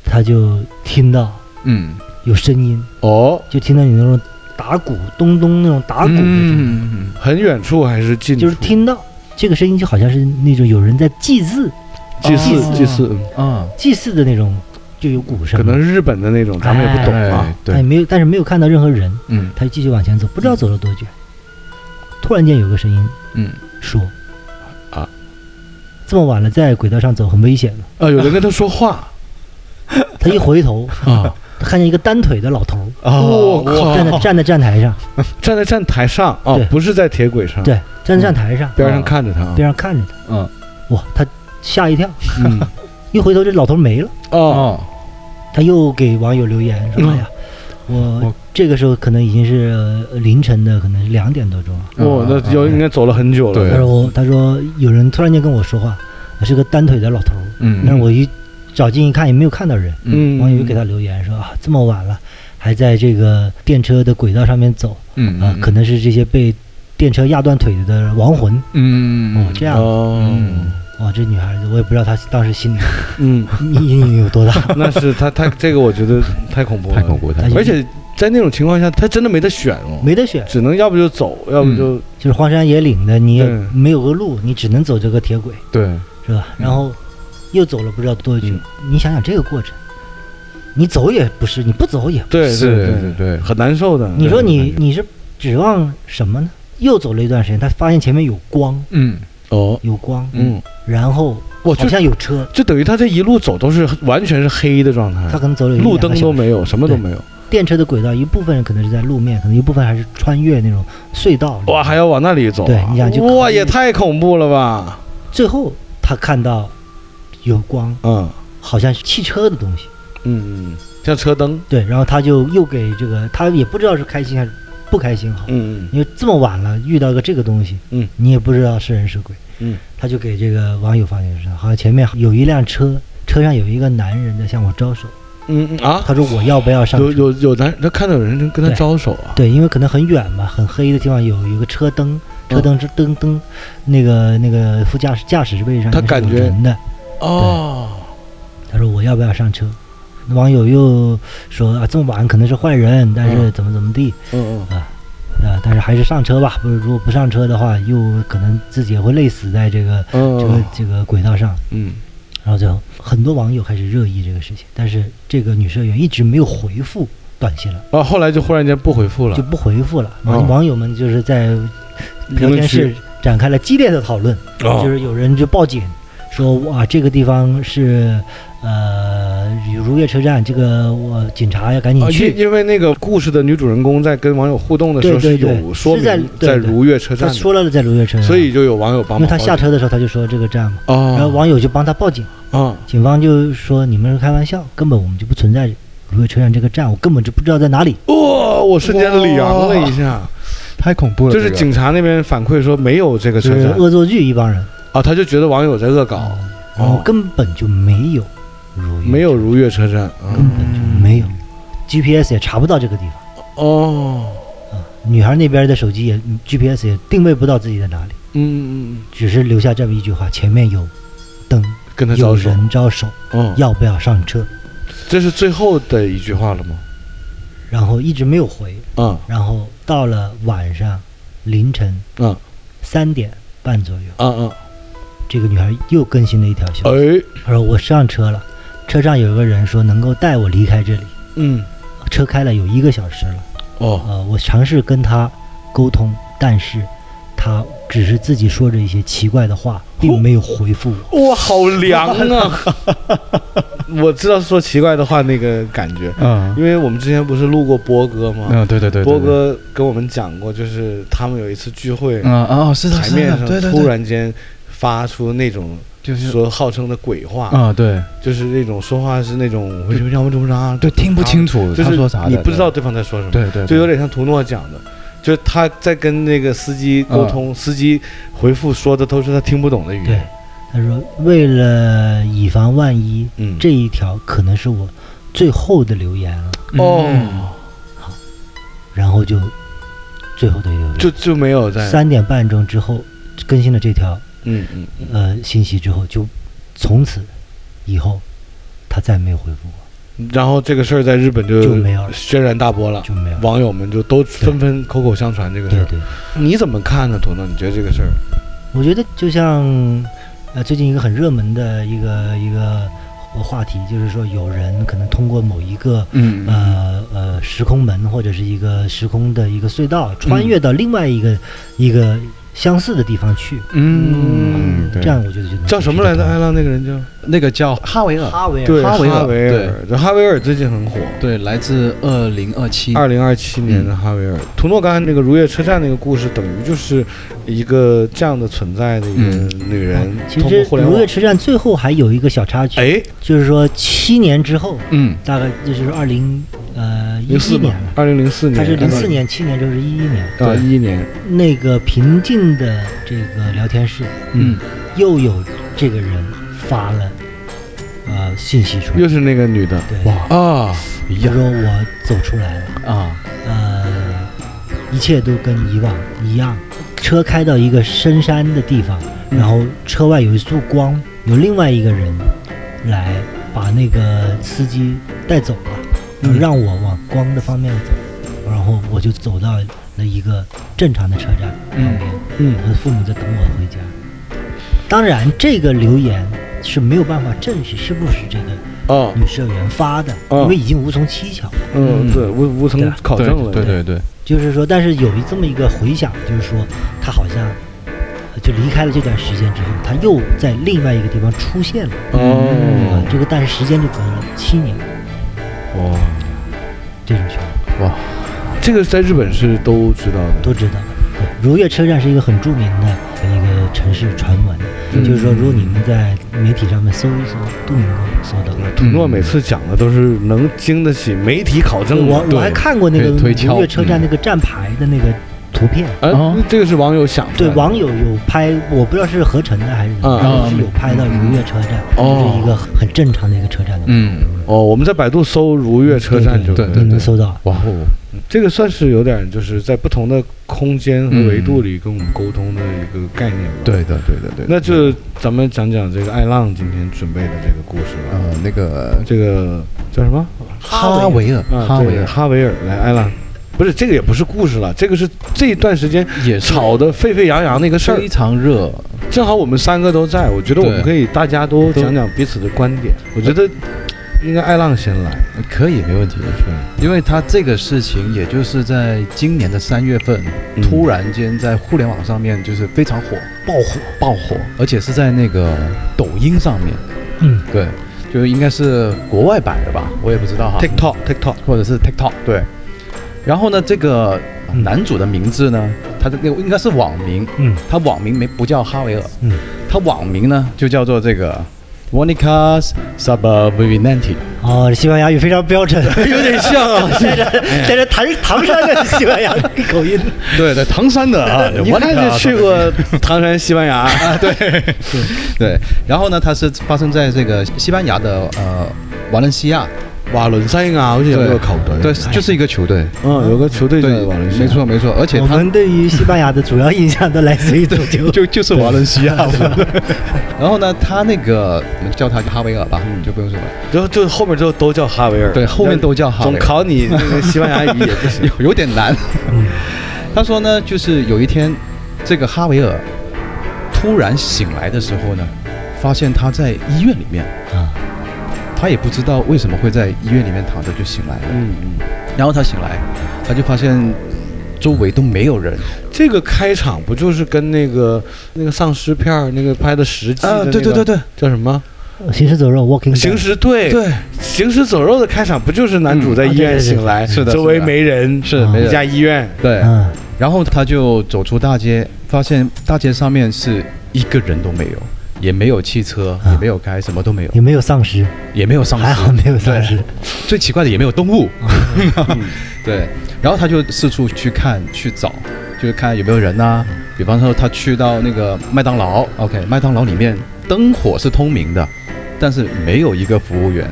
[SPEAKER 1] 他就听到
[SPEAKER 4] 嗯
[SPEAKER 1] 有声音，
[SPEAKER 3] 哦，
[SPEAKER 1] 就听到你那种打鼓咚咚那种打鼓的声音。
[SPEAKER 4] 嗯
[SPEAKER 3] 很远处还是近处？
[SPEAKER 1] 就是听到这个声音，就好像是那种有人在祭祀、
[SPEAKER 3] 祭祀
[SPEAKER 4] 哦
[SPEAKER 3] 祭祀，嗯
[SPEAKER 4] 啊，
[SPEAKER 1] 祭祀的那种，就有鼓声。
[SPEAKER 3] 可能是日本的那种，咱们也不懂啊。
[SPEAKER 1] 哎，
[SPEAKER 4] 对，
[SPEAKER 1] 没有，但是没有看到任何人，
[SPEAKER 4] 嗯
[SPEAKER 1] 他就继续往前走，不知道走了多久，突然间有个声音
[SPEAKER 4] 嗯
[SPEAKER 1] 说：“
[SPEAKER 3] 啊，
[SPEAKER 1] 这么晚了，在轨道上走很危险的。
[SPEAKER 3] 啊，有人跟他说
[SPEAKER 1] [LAUGHS]
[SPEAKER 3] 话
[SPEAKER 1] 他一回头，
[SPEAKER 4] [LAUGHS]
[SPEAKER 3] 啊，
[SPEAKER 1] 他看见一个单腿的老头儿
[SPEAKER 3] 啊我
[SPEAKER 1] 哦
[SPEAKER 4] 哦
[SPEAKER 1] 站在
[SPEAKER 3] 靠，
[SPEAKER 1] 站在站台上，
[SPEAKER 3] 站在站台上啊
[SPEAKER 1] 对，
[SPEAKER 3] 不是在铁轨上，
[SPEAKER 1] 对，站在站台上，
[SPEAKER 3] 边上看着他啊，
[SPEAKER 1] 边上看着他，
[SPEAKER 4] 嗯
[SPEAKER 1] 哇，他吓一跳，
[SPEAKER 3] 嗯，
[SPEAKER 1] 一回头这老头儿没了。
[SPEAKER 3] 哦，
[SPEAKER 4] 哦
[SPEAKER 1] 他又给网友留言说：“
[SPEAKER 3] 嗯
[SPEAKER 1] 哎呀，我
[SPEAKER 4] 我
[SPEAKER 1] 这个时候可能已经是呃凌晨的，可能是两点多钟了。
[SPEAKER 3] 哇，哦那
[SPEAKER 1] 哦
[SPEAKER 3] 有应该走了很久了，
[SPEAKER 4] 对
[SPEAKER 1] 他说我，他说有人突然间跟我说话，是个单腿的老头儿。
[SPEAKER 4] 嗯
[SPEAKER 1] 但是我一找近一看，也没有看到人。
[SPEAKER 3] 嗯，
[SPEAKER 1] 网友又给他留言说啊，这么晚了，还在这个电车的轨道上面走
[SPEAKER 4] 嗯
[SPEAKER 1] 啊，可能是这些被电车压断腿的亡魂
[SPEAKER 4] 嗯
[SPEAKER 1] 哦，这样。”
[SPEAKER 3] 哦，
[SPEAKER 4] 嗯
[SPEAKER 1] 哇，这女孩子我也不知道她当时心里 [LAUGHS]
[SPEAKER 3] 嗯，
[SPEAKER 1] 阴影有多大。
[SPEAKER 3] 那是他他这个我觉得太恐怖了，
[SPEAKER 4] 太恐，怖太恐怖
[SPEAKER 3] 而且在那种情况下，他真的没得选哦，
[SPEAKER 1] 没得嗯选，
[SPEAKER 3] 只能要不就走，要不就
[SPEAKER 1] 就是荒山野岭的，你也
[SPEAKER 3] 对
[SPEAKER 1] 没有个路，你只能走这个铁轨。
[SPEAKER 4] 对
[SPEAKER 1] 是吧？
[SPEAKER 4] 嗯
[SPEAKER 1] 然后又走了不知道多久，
[SPEAKER 3] 嗯
[SPEAKER 1] 你想想这个过程，你走也不是，你不走也不
[SPEAKER 3] 对
[SPEAKER 4] 是
[SPEAKER 3] 对
[SPEAKER 4] 对对
[SPEAKER 3] 很难受的。
[SPEAKER 1] 你说
[SPEAKER 3] 嗯对
[SPEAKER 1] 你你是指望什么呢？又走了一段时间，他发现前面有光，
[SPEAKER 4] 嗯
[SPEAKER 3] 哦，
[SPEAKER 1] 有光，
[SPEAKER 3] 嗯，
[SPEAKER 1] 然后
[SPEAKER 3] 我
[SPEAKER 1] 好
[SPEAKER 3] 就嗯
[SPEAKER 1] 像有车，
[SPEAKER 3] 就等于他这一路走都是完全是黑的状
[SPEAKER 1] 他
[SPEAKER 3] 态，
[SPEAKER 1] 可能走了有一
[SPEAKER 3] 路
[SPEAKER 1] 两个
[SPEAKER 3] 灯
[SPEAKER 1] 小
[SPEAKER 3] 都
[SPEAKER 1] 时
[SPEAKER 3] 没有，什么都没有，
[SPEAKER 1] 电车的轨道一部分可能是在路面，可能一部分还是穿越那种隧道。
[SPEAKER 3] 哇，还要往那里走啊，
[SPEAKER 1] 对你想就
[SPEAKER 3] 哇，
[SPEAKER 1] 可以
[SPEAKER 3] 也太恐怖了吧，
[SPEAKER 1] 最后他看到有光，
[SPEAKER 3] 嗯
[SPEAKER 1] 好像是汽车的东西，
[SPEAKER 3] 嗯，嗯像车灯，
[SPEAKER 1] 对，然后他就又给这个，他也不知道是开心还是不开心好，
[SPEAKER 3] 嗯嗯
[SPEAKER 1] 因为这么晚了遇到个这个东西，
[SPEAKER 3] 嗯，
[SPEAKER 1] 你也不知道是人是鬼，
[SPEAKER 3] 嗯，
[SPEAKER 1] 他就给这个网友发信息说，好像前面有一辆车，车上有一个男人在向我招手，
[SPEAKER 3] 嗯嗯啊，
[SPEAKER 1] 他说我要不要上
[SPEAKER 3] 有
[SPEAKER 1] 车？
[SPEAKER 3] 有有男，他看到有人跟他
[SPEAKER 1] 对
[SPEAKER 3] 招手啊，
[SPEAKER 1] 对，因为可能很远吧，很黑的地方有有个车灯，
[SPEAKER 3] 嗯
[SPEAKER 1] 车灯是灯灯，那个那个副驾驶驾驶位上
[SPEAKER 3] 他
[SPEAKER 1] 应该是
[SPEAKER 3] 感
[SPEAKER 1] 有
[SPEAKER 3] 觉
[SPEAKER 1] 人的，
[SPEAKER 3] 哦，
[SPEAKER 1] 他说我要不要上车？网友又说啊，这么晚可能是坏人，但是怎么怎么地
[SPEAKER 3] 嗯
[SPEAKER 1] 啊，但是还是上车吧。不是，如果不上车的话，又可能自己也会累死在这个
[SPEAKER 3] 嗯
[SPEAKER 1] 这个
[SPEAKER 3] 嗯
[SPEAKER 1] 这个轨道上。
[SPEAKER 3] 嗯
[SPEAKER 1] 然后最后很多网友开始热议这个事情，但是这个女社员一直没有回复短信了，
[SPEAKER 3] 啊，后来就忽然间不回复了
[SPEAKER 1] 就，不回复了。
[SPEAKER 3] 哦
[SPEAKER 1] 网网友们就是在
[SPEAKER 3] 评
[SPEAKER 1] 聊
[SPEAKER 3] 论
[SPEAKER 1] 天室
[SPEAKER 3] 区
[SPEAKER 1] 展开了激烈的讨论。
[SPEAKER 3] 哦
[SPEAKER 1] 就是有人就报警说哇，这个地方是呃如月车站，这个我警察要赶紧
[SPEAKER 3] 啊，
[SPEAKER 1] 去
[SPEAKER 3] 因。因为那个故事的女主人公在跟网友互动的时候
[SPEAKER 1] 对
[SPEAKER 3] 是
[SPEAKER 1] 对
[SPEAKER 3] 有
[SPEAKER 1] 对
[SPEAKER 3] 说
[SPEAKER 1] 是在
[SPEAKER 3] 明
[SPEAKER 1] 对
[SPEAKER 3] 在
[SPEAKER 1] 对
[SPEAKER 3] 如月车
[SPEAKER 1] 他
[SPEAKER 3] 站的，
[SPEAKER 1] 说了在如月车站，
[SPEAKER 3] 所以就有网友帮
[SPEAKER 1] 因为
[SPEAKER 3] 忙。
[SPEAKER 1] 他下车的时候他就说这个站嘛，
[SPEAKER 3] 哦，
[SPEAKER 1] 然后网友就帮他报警，
[SPEAKER 3] 啊
[SPEAKER 1] 警方就说你们是开玩笑，根本我们就不存在如月车站这个站，我根本就不知道在哪里。
[SPEAKER 3] 哇、我瞬间里昂了一下，
[SPEAKER 4] 太恐怖了，
[SPEAKER 3] 就是
[SPEAKER 4] 这个
[SPEAKER 3] 警察那边反馈说没有这个
[SPEAKER 1] 就
[SPEAKER 3] 车
[SPEAKER 1] 是
[SPEAKER 3] 站
[SPEAKER 1] 恶作剧一帮人
[SPEAKER 3] 啊，他就觉得网友在恶搞，
[SPEAKER 1] 然后根本就没有如月，
[SPEAKER 3] 哦没有如月车站啊
[SPEAKER 1] 根本就没有，GPS 也查不到这个地方。
[SPEAKER 3] 哦，
[SPEAKER 1] 女孩那边的手机也 GPS 也定位不到自己在哪里，
[SPEAKER 3] 嗯嗯
[SPEAKER 1] 只是留下这么一句话：前面有灯，
[SPEAKER 3] 嗯，跟他
[SPEAKER 1] 有
[SPEAKER 3] 招手，
[SPEAKER 1] 人招手，
[SPEAKER 3] 哦，
[SPEAKER 1] 要不要上车？
[SPEAKER 3] 这是最后的一句话了吗？
[SPEAKER 1] 然后一直没有回，
[SPEAKER 3] 啊
[SPEAKER 1] 然后到了晚上凌晨
[SPEAKER 3] 啊
[SPEAKER 1] 三点半左右，
[SPEAKER 3] 啊啊，
[SPEAKER 1] 这个女孩又更新了一条消息，
[SPEAKER 3] 哎，
[SPEAKER 1] 她说我上车了，车上有个人说能够带我离开这里，
[SPEAKER 3] 嗯，
[SPEAKER 1] 车开了有一个小时了，
[SPEAKER 3] 哦，
[SPEAKER 1] 呃，我尝试跟他沟通，但是他只是自己说着一些奇怪的话，并没有回复我。
[SPEAKER 3] 哇，好凉啊！ [LAUGHS] 我知道说奇怪的话那个感觉，
[SPEAKER 4] 嗯
[SPEAKER 3] 因为我们之前不是录过波哥吗？
[SPEAKER 4] 嗯，对对对，对
[SPEAKER 3] 波，
[SPEAKER 4] 对
[SPEAKER 3] 哥跟我们讲过，就是他们有一次聚会，
[SPEAKER 4] 嗯哦，是的，
[SPEAKER 3] 台
[SPEAKER 4] 是
[SPEAKER 3] 面
[SPEAKER 4] 的，
[SPEAKER 3] 上
[SPEAKER 4] 对对，
[SPEAKER 3] 突
[SPEAKER 4] 对
[SPEAKER 3] 然间发出那种
[SPEAKER 4] 就是
[SPEAKER 3] 说号称的鬼话，
[SPEAKER 4] 啊，对
[SPEAKER 3] 就是那种说话是那种为什么要么这么着，啊
[SPEAKER 4] 对，听不清楚
[SPEAKER 3] 就
[SPEAKER 4] 他
[SPEAKER 3] 是
[SPEAKER 4] 说啥的，
[SPEAKER 3] 你不知道对方在说什么，
[SPEAKER 4] 对，对对，
[SPEAKER 3] 就有点像图诺讲的。就是他在跟那个司机沟
[SPEAKER 4] 嗯
[SPEAKER 3] 通，司机回复说的都是他听不懂的语
[SPEAKER 1] 对
[SPEAKER 3] 言。，
[SPEAKER 1] 他说为了以防万一，
[SPEAKER 3] 嗯，
[SPEAKER 1] 这一条可能是我最后的留言了，
[SPEAKER 4] 嗯
[SPEAKER 3] 哦，
[SPEAKER 1] 然后就最后的留言，
[SPEAKER 3] 就就没有在
[SPEAKER 1] 三点半钟之后更新了这条
[SPEAKER 3] 嗯嗯
[SPEAKER 1] 呃信息之后，就从此以后他再没有回复我，
[SPEAKER 3] 嗯，然后这个事儿在日本
[SPEAKER 1] 就
[SPEAKER 3] 就
[SPEAKER 1] 没有了
[SPEAKER 3] 轩然大波了，
[SPEAKER 1] 就没有了。
[SPEAKER 3] 网友们就都纷纷口口相传这个事
[SPEAKER 1] 对
[SPEAKER 3] 儿。
[SPEAKER 1] 对，
[SPEAKER 3] 你怎么看呢，彤彤？你觉得这个事儿？
[SPEAKER 1] 我觉得就像呃最近一个很热门的一个一个话题，就是说有人可能通过某一个
[SPEAKER 4] 嗯，嗯
[SPEAKER 1] 呃呃时空门或者是一个时空的一个隧道，穿越到另外一个、一个相似的地方去。
[SPEAKER 4] 嗯，对
[SPEAKER 1] 这样我觉得就能
[SPEAKER 3] 叫什么来着？艾浪那个人叫
[SPEAKER 4] 那个叫哈维尔，
[SPEAKER 1] 哈维尔
[SPEAKER 3] 对
[SPEAKER 4] 哈维尔
[SPEAKER 3] 哈维尔，就哈维尔最近很火。
[SPEAKER 4] 对，来自二零二
[SPEAKER 1] 嗯
[SPEAKER 4] 七，
[SPEAKER 3] 二零二七年的哈维尔，图诺刚才那个如月车站那个故事，等于就是一个这样的存在的一个女人，
[SPEAKER 1] 嗯啊其
[SPEAKER 3] 哎通过
[SPEAKER 1] 实
[SPEAKER 3] 互联
[SPEAKER 1] 如
[SPEAKER 3] 网
[SPEAKER 1] 月，车站最后还有一个小插曲，
[SPEAKER 3] 哎，
[SPEAKER 1] 就是说七年之后，
[SPEAKER 4] 嗯
[SPEAKER 1] 大概这就是二零呃一
[SPEAKER 3] 零四
[SPEAKER 1] 一
[SPEAKER 3] 嘛
[SPEAKER 1] 年了，，
[SPEAKER 3] 二零零四年，
[SPEAKER 1] 它是零四年，七年就是一一年。
[SPEAKER 3] 到一一年，
[SPEAKER 1] 那个平静的这个聊天室，
[SPEAKER 4] 嗯，
[SPEAKER 1] 又有这个人发了呃信息出来
[SPEAKER 3] 又，是那个女的
[SPEAKER 1] 对，
[SPEAKER 3] 啊，
[SPEAKER 1] 他说我走出来了，
[SPEAKER 4] 啊，
[SPEAKER 1] 呃，一切都跟以往一样。车开到一个深山的地方，然后车外有一束光，有另外一个人来把那个司机带走了，
[SPEAKER 3] 嗯
[SPEAKER 1] 然后让我往光的方面走，然后我就走到了一个正常的车站旁边，
[SPEAKER 3] 嗯
[SPEAKER 1] 我的父母在等我回家。当然，这个留言是没有办法证实是不是这个
[SPEAKER 3] 啊，
[SPEAKER 1] 女社员发的，
[SPEAKER 3] 哦
[SPEAKER 1] 因为已经无从蹊跷。
[SPEAKER 3] 嗯，
[SPEAKER 4] 嗯
[SPEAKER 3] 对，无无从
[SPEAKER 1] 对
[SPEAKER 3] 考证了，
[SPEAKER 4] 对对对对，
[SPEAKER 1] 就是说，但是有一这么一个回响，就是说他好像就离开了这段时间之后，他又在另外一个地方出现了。啊
[SPEAKER 3] 哦，
[SPEAKER 1] 这个但是时间就隔了七年，
[SPEAKER 4] 哦
[SPEAKER 3] 哇，
[SPEAKER 1] 这种情况
[SPEAKER 4] 哇，
[SPEAKER 3] 这个在日本是都知道的，
[SPEAKER 1] 都知道。对如月车站是一个很著名的一个城市传闻，就是说，如果你们在媒体上面搜一搜，都能够搜到。
[SPEAKER 4] 嗯
[SPEAKER 3] 土诺每次讲的都是能经得起媒体考证的。
[SPEAKER 1] 我我还看过那个
[SPEAKER 4] 嗯对推敲嗯
[SPEAKER 1] 如月车站那个站牌的那个图片，
[SPEAKER 3] 哎
[SPEAKER 4] 啊，
[SPEAKER 3] 这个是网友想出
[SPEAKER 1] 对
[SPEAKER 3] 来的
[SPEAKER 1] 网友有拍，我不知道是合成的还是怎么，
[SPEAKER 4] 啊
[SPEAKER 3] 嗯
[SPEAKER 1] 然后是有拍到如月车站，
[SPEAKER 3] 哦
[SPEAKER 1] 这是一个很正常的一个车站的，
[SPEAKER 4] 嗯，
[SPEAKER 3] 哦，我们在百度搜如月车站就
[SPEAKER 4] 对对
[SPEAKER 1] 你能搜到。
[SPEAKER 4] 哇哦，
[SPEAKER 3] 这个算是有点就是在不同的空间和维度里跟我们沟通的一个概念吧。，
[SPEAKER 4] 对的对的对的。
[SPEAKER 3] 那就咱们讲讲这个艾浪今天准备的这个故事吧。
[SPEAKER 4] 呃那个
[SPEAKER 3] 这个叫什么？
[SPEAKER 4] 哈维尔，
[SPEAKER 3] 啊，
[SPEAKER 4] 哈
[SPEAKER 3] 对
[SPEAKER 4] 维尔
[SPEAKER 3] 哈维尔来艾浪，不是这个也不是故事了，这个是这段时间
[SPEAKER 4] 也是
[SPEAKER 3] 吵得沸沸扬扬的一个事儿
[SPEAKER 4] 非。常热，
[SPEAKER 3] 正好我们三个都在，我觉得我们
[SPEAKER 4] 对
[SPEAKER 3] 可以大家都
[SPEAKER 4] 都
[SPEAKER 3] 讲讲彼此的观点。我觉得应该艾浪先来。
[SPEAKER 4] 可以没问题。因为他这个事情，也就是在今年的三月份，
[SPEAKER 3] 嗯
[SPEAKER 4] 突然间在互联网上面就是非常火，爆火，爆火，而且是在那个抖音上面，
[SPEAKER 1] 嗯，
[SPEAKER 4] 对，就应该是国外版的吧，我也不知道哈
[SPEAKER 3] TikTok TikTok
[SPEAKER 4] 或者是 TikTok 对。然后呢，这个
[SPEAKER 3] 嗯
[SPEAKER 4] 男主的名字呢，他的那个应该是网名，
[SPEAKER 1] 嗯
[SPEAKER 4] 他网名没不叫哈维尔，
[SPEAKER 1] 嗯，
[SPEAKER 4] 他网名呢就叫做这个 Monica s u b a v i n a n t i
[SPEAKER 1] 哦，西班牙语非常标
[SPEAKER 4] [LAUGHS]
[SPEAKER 1] 准，
[SPEAKER 3] [LAUGHS] 有点像啊，
[SPEAKER 1] 在这在这唐唐山的西班牙口音，
[SPEAKER 4] 对对，唐山的 [LAUGHS] 啊
[SPEAKER 3] 你看就去过唐山、西班牙，
[SPEAKER 4] [LAUGHS] 啊，对对。然后呢，它是发生在这个西班牙的呃瓦伦西亚，
[SPEAKER 3] 瓦伦西亚好像有
[SPEAKER 4] 对
[SPEAKER 3] 个球队，哎
[SPEAKER 4] 对，就是一个球队，
[SPEAKER 3] 嗯，有个球队叫
[SPEAKER 4] 哎对
[SPEAKER 3] 瓦伦西，亚，
[SPEAKER 4] 没错没错，而且
[SPEAKER 1] 我
[SPEAKER 4] 它
[SPEAKER 1] 们对于西班牙的主要印象都来自于足球。
[SPEAKER 4] 就就是瓦伦西亚。 [LAUGHS] 然后呢，他那个我们叫他哈维尔吧，就不用说了。
[SPEAKER 3] 就就后面就都叫哈维尔，
[SPEAKER 4] 对后面都叫哈维
[SPEAKER 3] 总
[SPEAKER 4] 尔
[SPEAKER 3] 考你那个西班牙语也不
[SPEAKER 4] [LAUGHS]
[SPEAKER 3] 行。
[SPEAKER 4] 有有点难。 [LAUGHS] 他说呢，就是有一天，这个哈维尔突然醒来的时候呢，发现他在医院里面，
[SPEAKER 1] 啊，
[SPEAKER 4] 他也不知道为什么会在医院里面躺着就醒来了。
[SPEAKER 3] 嗯嗯，
[SPEAKER 4] 然后他醒来，他就发现周围都没有人。
[SPEAKER 3] 这个开场不就是跟那个那个丧尸片儿那个拍的实际的
[SPEAKER 1] 啊
[SPEAKER 3] 那个
[SPEAKER 4] 啊对对对，对嗯
[SPEAKER 3] 叫什么
[SPEAKER 1] 行尸走肉，Walking Dead
[SPEAKER 3] 行尸队？，
[SPEAKER 4] 对，
[SPEAKER 3] 行尸走肉的开场不就是男主在医
[SPEAKER 1] 嗯啊对对
[SPEAKER 3] 院
[SPEAKER 1] 对
[SPEAKER 3] 醒来，
[SPEAKER 4] 是的
[SPEAKER 3] 周
[SPEAKER 4] 是
[SPEAKER 3] 围
[SPEAKER 4] 的
[SPEAKER 3] 没人，
[SPEAKER 4] 是
[SPEAKER 1] 啊
[SPEAKER 4] 没
[SPEAKER 3] 一
[SPEAKER 4] 人
[SPEAKER 3] 家医院，
[SPEAKER 4] 对。
[SPEAKER 1] 嗯，
[SPEAKER 4] 然后他就走出大街，发现大街上面是一个人都没有，也没有汽车，也没有开，什么都没有
[SPEAKER 1] 有，没有丧尸？
[SPEAKER 4] 也没有丧尸，
[SPEAKER 1] 啊嗯还好没有丧尸。
[SPEAKER 4] 最奇怪的也没有动物， [LAUGHS] 对。然后他就四处去看去找，就是看有没有人呐、比方说他去到那个麦当劳，OK，麦当劳里面灯火是通明的，但是没有一个服务员，